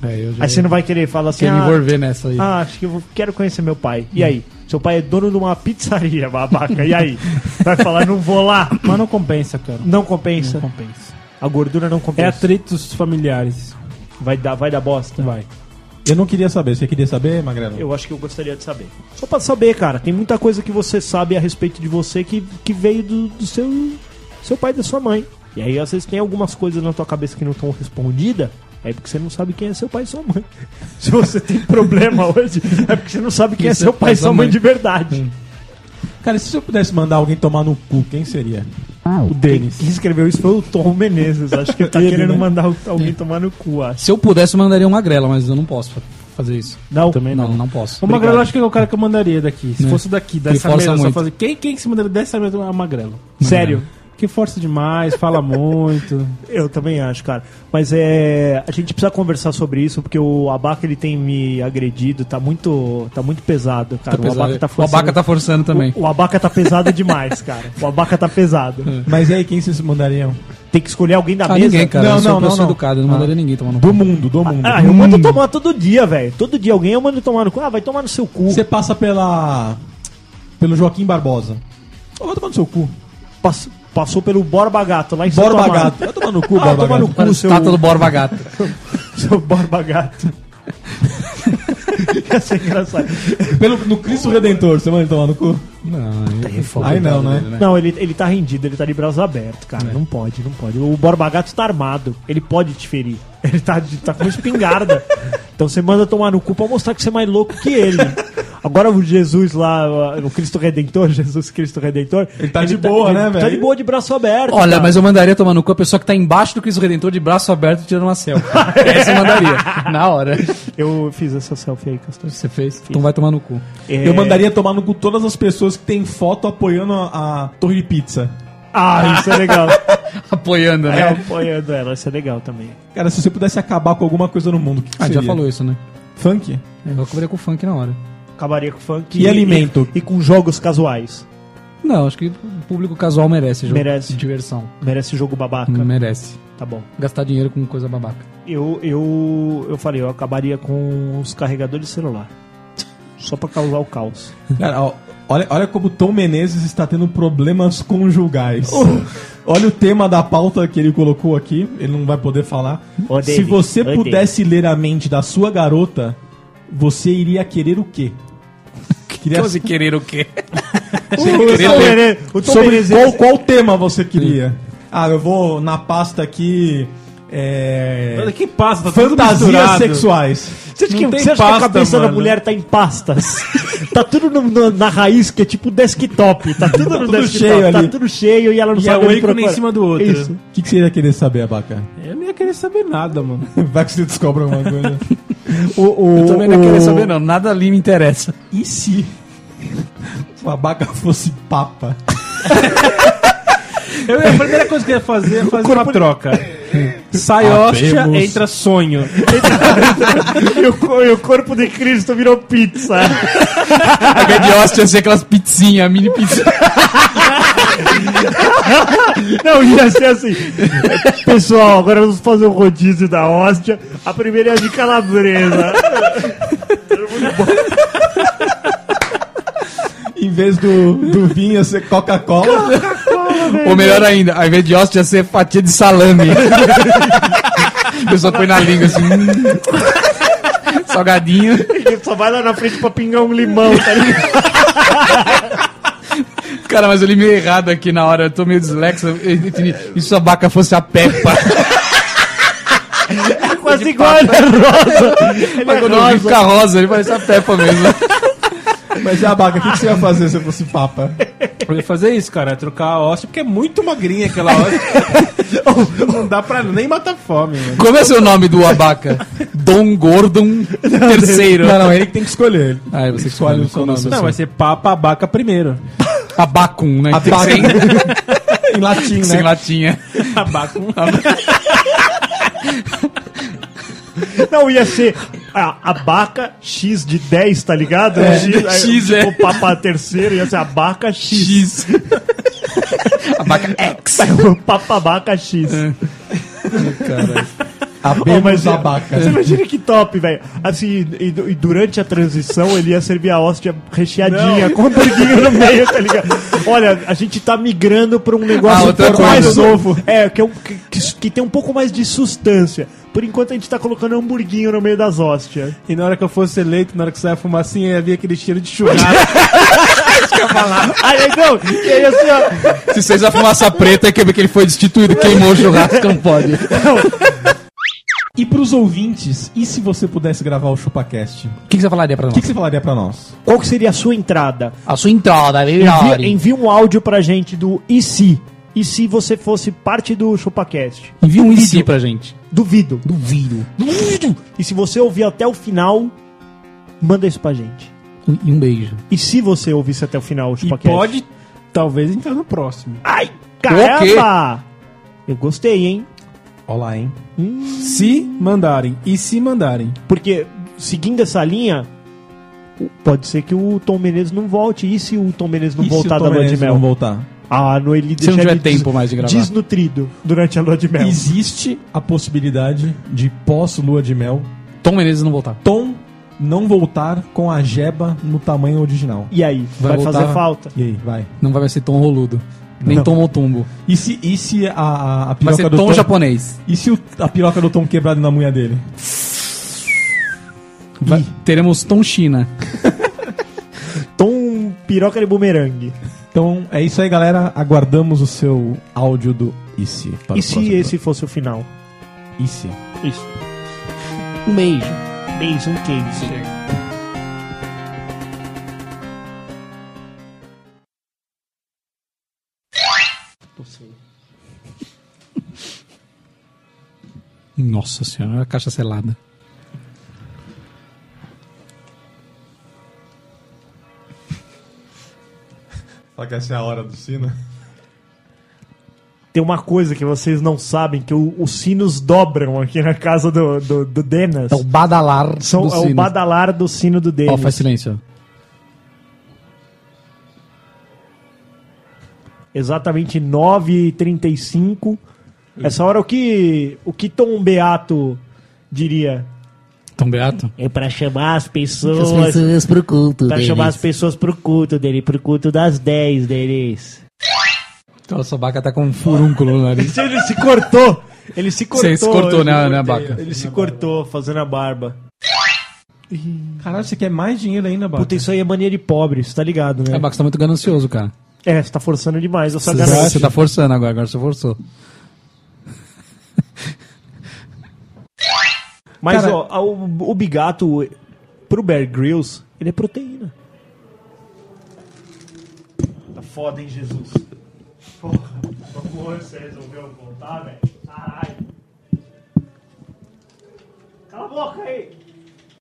E: É, eu já
J: Aí você não vai querer falar assim.
E: quer me
J: Ah,
E: envolver nessa aí.
J: ah, acho que eu vou- quero conhecer meu pai. E aí? Seu pai é dono de uma pizzaria, babaca. E aí? Vai falar, não vou lá.
D: Mas não compensa, cara.
J: Não compensa.
D: Compensa.
J: A gordura não
D: É
J: compensa.
D: atritos familiares.
J: Vai dar, vai dar bosta.
D: Vai.
B: Eu não queria saber. Você queria saber, Magrelo?
J: Eu acho que eu gostaria de saber. Só pra saber, cara, tem muita coisa que você sabe a respeito de você que, que veio do, do seu, seu pai e da sua mãe. E aí, às vezes, tem algumas coisas na tua cabeça que não estão respondidas. É porque você não sabe quem é seu pai e sua mãe. Se você tem problema hoje, é porque você não sabe quem é seu pai e sua mãe de verdade.
B: Cara, se eu pudesse mandar alguém tomar no cu, quem seria?
D: Ah, O Denis.
J: Quem escreveu isso foi o Tom Menezes. Acho que ele tá
B: Ele,
J: querendo
B: né?
J: mandar alguém tomar no cu, acho.
E: Se eu pudesse, eu mandaria uma grela, mas eu não posso fa- fazer isso.
J: Não,
D: Também
E: Não,
D: não.
E: não posso.
D: O Magrelo eu acho que é o cara que eu mandaria daqui. Se
B: Né.
E: É.
D: fosse daqui,
E: Ele
D: dessa
E: força
D: mesa, eu só
E: muito.
D: fazer. Quem, quem que se mandaria dessa mesa é o Magrelo.
J: sério.
D: Que força demais, fala muito.
J: Eu também acho, cara. Mas é. A gente precisa conversar sobre isso, porque o Abaca ele tem me agredido, tá muito. tá muito pesado, cara.
E: Tá pesado.
J: o Abaca tá forçando.
E: tá forçando também.
J: O, o Abaca tá pesado demais, cara. O Abaca tá pesado.
B: Mas e aí, quem vocês mandariam?
J: Tem que escolher alguém da
E: Ah,
J: mesa.
E: ninguém, cara.
B: Não,
E: eu sou
B: não,
E: uma pessoa
B: não, não.
E: educada, eu não mandaria ninguém tomar no
B: Do
E: cu.
B: mundo, do mundo.
J: Ah, eu mando tomar todo dia, velho. Todo dia alguém eu mando tomar no cu. Ah, vai tomar no seu cu.
B: Você passa pela. pelo Joaquim Barbosa. Ô, Vai tomar no seu cu.
J: Pass- Passou pelo Borba Gato lá em Santo
B: Borba
J: Amaro.
B: Gato. Vai tomar no cu,
J: Ah,
B: Borba
J: toma no
B: Gato.
J: cu, seu...
E: Estátua do Borba Gato.
J: Seu Borba Gato. Ia ser engraçado.
B: Pelo, no Cristo Redentor, você manda tomar no cu?
J: Tá
B: Aí não, né?
J: Não, ele, ele tá rendido, ele tá de braços abertos, cara. Não pode, não pode. O Borba Gato tá armado, ele pode te ferir. Ele tá, de- tá com uma espingarda. então você manda tomar no cu pra mostrar que você é mais louco que ele. Agora o Jesus lá, o Cristo Redentor, Jesus Cristo Redentor. Ele
B: tá de boa, né,
J: Tá
B: velho?
J: de boa de braço aberto.
E: Olha,
J: cara.
E: mas eu mandaria tomar no cu a pessoa que tá embaixo do Cristo Redentor de braço aberto tirando uma selfie. Essa eu mandaria. Na hora.
J: Eu fiz essa selfie aí, Castor.
E: Você fez? Então vai tomar no cu.
J: É-
B: Eu mandaria tomar no cu todas as pessoas que têm foto apoiando a, a Torre de Pizza.
J: Ah, isso é legal.
E: Apoiando,
J: é,
E: né?
J: apoiando ela, isso é legal também.
B: Cara, se você pudesse acabar com alguma coisa no mundo, o que, que
E: Ah,
B: seria?
E: já falou isso, né?
B: Funk?
E: Eu acabaria com o funk na hora.
J: Acabaria com funk
B: E alimento?
J: E, e com jogos casuais.
E: Não, acho que o público casual merece jogo
J: Merece.
E: de diversão.
J: Merece jogo babaca.
B: Hum.
E: Não merece.
J: Tá bom.
E: Gastar dinheiro com coisa babaca.
J: Eu, eu, eu falei, eu acabaria com os carregadores de celular. Só pra causar o caos.
B: Cara, ó, olha, olha como Tom Menezes está tendo problemas conjugais. Olha o tema da pauta que ele colocou aqui, ele não vai poder falar.
J: Ô,
B: Se
J: David,
B: você
J: ô, David.
B: pudesse ler a mente da sua garota, você iria querer o quê? Queria...
E: Você querer o quê?
J: é o Tom
B: Sobre
J: Menezes-
B: qual, qual tema você queria? Ah, eu vou na pasta aqui. É...
F: Que passa, tá tudo
B: Fantasias
F: misturado.
B: sexuais.
J: Você acha que,
F: Não tem
J: você acha que a
F: pasta,
J: cabeça da
F: mano.
J: mulher tá em pastas? tá tudo no- no- na raiz, que é tipo desktop. Tá tudo no
B: tudo
J: desktop.
B: cheio
J: tá
B: ali.
J: tudo cheio e ela não
F: E é
J: sabe
F: um
J: onde
F: ícone em
J: procurar.
F: cima do outro.
J: Isso.
B: O que, que você ia querer saber, Abaca?
F: Eu não ia querer saber nada, mano.
B: Vai que você descobre alguma coisa.
J: O, o,
E: Eu também não
J: o-
E: queria saber, não. Nada ali me interessa.
B: E se o Abaca fosse papa?
F: Eu, a primeira coisa que eu ia fazer é fazer uma troca. Sai
B: Ah,
F: hóstia,
B: Habemos.
F: entra sonho.
J: E o, co- e o corpo de Cristo virou pizza.
E: A de hóstia ia ser aquelas pizzinhas, mini pizza.
J: Não, ia ser assim. Pessoal, agora vamos fazer o rodízio da hóstia. A primeira é a de calabresa.
B: Em vez do, do vinho ia ser Coca-Cola?
E: Ou melhor ainda, ao invés de hóstia ia ser fatia de salame. A pessoa põe na língua assim. hum. Salgadinho.
J: Ele só vai lá na frente pra pingar um limão, tá ligado?
E: Cara, mas eu li meio errado aqui na hora, eu tô meio dislexo. eu defini, E se a vaca fosse a Peppa?
J: Quase igual ele é rosa. Ele
E: Mas
J: é
E: quando eu vi
J: rosa.
E: ficar rosa, ele parece a Peppa mesmo.
B: Mas e Abaca, o que, que você ia fazer se eu fosse papa?
F: Eu ia fazer isso, cara. Trocar a hóstia, porque é muito magrinha aquela hóstia. não dá pra nem matar fome, mano.
E: Como é seu nome do abaca? Dom Gordon terceiro.
B: Não, não, ele que tem que escolher. Ele
E: Ah, é você que
B: escolhe o
E: escolhe.
B: seu nome.
F: Não, vai ser papa abaca primeiro.
E: Abacum, né?
B: Abaca.
E: Sem,
B: Em latim,
E: sem é.
B: né?
E: latinha.
F: Abaca
J: Não, ia ser a, abaca X de 10, tá ligado? É,
E: X,
J: aí,
E: é.
J: O papá terceiro ia ser abaca X.
E: X. abaca X.
J: O papabaca X.
F: É.
J: Ô,
B: Abemos
J: mas- é,
B: Abaca.
J: Você imagina que top, velho. Assim, e, e durante a transição ele ia servir a hóstia recheadinha, com hamburguinho no meio, tá ligado? Olha, a gente tá migrando pra um negócio
E: Ah, outra
J: um pouco mais
E: coisa.
J: novo. É, que, é um- que- que- que tem um pouco mais de sustância. Por enquanto a gente tá colocando hamburguinho no meio das hóstias.
F: E na hora que eu fosse eleito, na hora que saia a fumacinha, havia aquele cheiro de churrasco.
J: Aí, então, e aí assim, ó.
E: Se fez a fumaça preta, é que que ele foi destituído, queimou o churrasco, não pode.
B: E pros ouvintes, e se você pudesse gravar o ChupaCast?
E: O que, que você falaria
B: O
E: pra nós?
B: que, que você falaria pra nós?
J: Qual que seria a sua entrada?
E: A sua entrada, melhor.
J: Envia, envia um áudio pra gente do e se? E se você fosse parte do ChupaCast?
E: Envia um IC pra gente.
J: Duvido. Duvido. Duvido. E se você ouvir até o final, manda isso pra gente.
E: E um beijo.
J: E se você ouvisse até o final o
F: E
J: Chupacast?
F: pode, talvez,
B: então
F: entrar no próximo.
J: Ai, caramba! Eu gostei, hein?
B: Olá, hein?
F: Se mandarem. E se mandarem.
J: Porque, seguindo essa linha, o- pode ser que o Tom Menezes não volte. E se o Tom Menezes não
B: E se
J: voltar
B: o Tom
J: da lua de
B: Menezes
J: mel?
B: não voltar?
J: Ah, não,
E: Se
J: ele
E: não
J: deixa
E: tiver
J: ele des-
E: tempo mais de gravar.
J: Desnutrido durante a lua de mel.
B: Existe a possibilidade de pós-lua de mel,
E: Tom Menezes não voltar.
B: Tom não voltar com a jeba no tamanho original.
J: E aí? Vai,
E: Vai voltar?
J: fazer falta?
B: E aí, vai.
E: Não vai mais ser Tom Roludo. Nem
B: Não.
E: tomou tumbo.
B: E se, e se a- a, a
E: Vai
B: piroca
E: ser
B: do
E: tom
B: Tom...
E: japonês.
B: E se o- a piroca do Tom quebrada na mulher dele?
E: Vai- teremos tom China.
J: Tom piroca de bumerangue.
B: Então é isso aí, galera. Aguardamos o seu áudio do E se. para o
J: E se
B: próximo
J: esse fosse o final?
B: episódio. E se?
J: Isso. Um beijo. Beijo, um queijo.
E: Nossa senhora, a caixa selada.
B: Só que essa é a hora do sino.
J: Tem uma coisa que vocês não sabem, que o- os sinos dobram aqui na casa do, do, do Denas.
E: É o badalar
J: São,
E: do
J: é o
E: sino.
J: badalar do sino do
E: Ó,
J: Denis.
E: faz silêncio. ó.
J: Exatamente 9h35. Essa hora o que, o que Tom Beato diria?
E: Tom Beato.
J: É pra chamar as pessoas. As pessoas pro culto Pra chamar as pessoas pro culto dele, pro culto das 10 deles.
E: Então, a sobaca tá com um furúnculo no nariz.
J: Ele se cortou! Ele se cortou.
E: Você se cortou, né,
J: Ele-
E: né, Baca?
J: Ele se cortou fazendo a barba.
B: Caralho, você quer mais dinheiro ainda, Baca?
J: Puta, isso aí é mania de pobre, você tá ligado,
E: É,
J: né?
E: Baco, você tá muito ganancioso, cara.
J: É, você tá forçando demais a sua
E: Você,
J: ganância.
E: você tá forçando agora, agora você forçou.
J: Mas, ó, a- o, o bigato, pro Bear Grylls, ele é proteína. Tá foda, hein, Jesus? Porra, porra, você resolveu voltar, velho? Caralho. Cala a boca aí.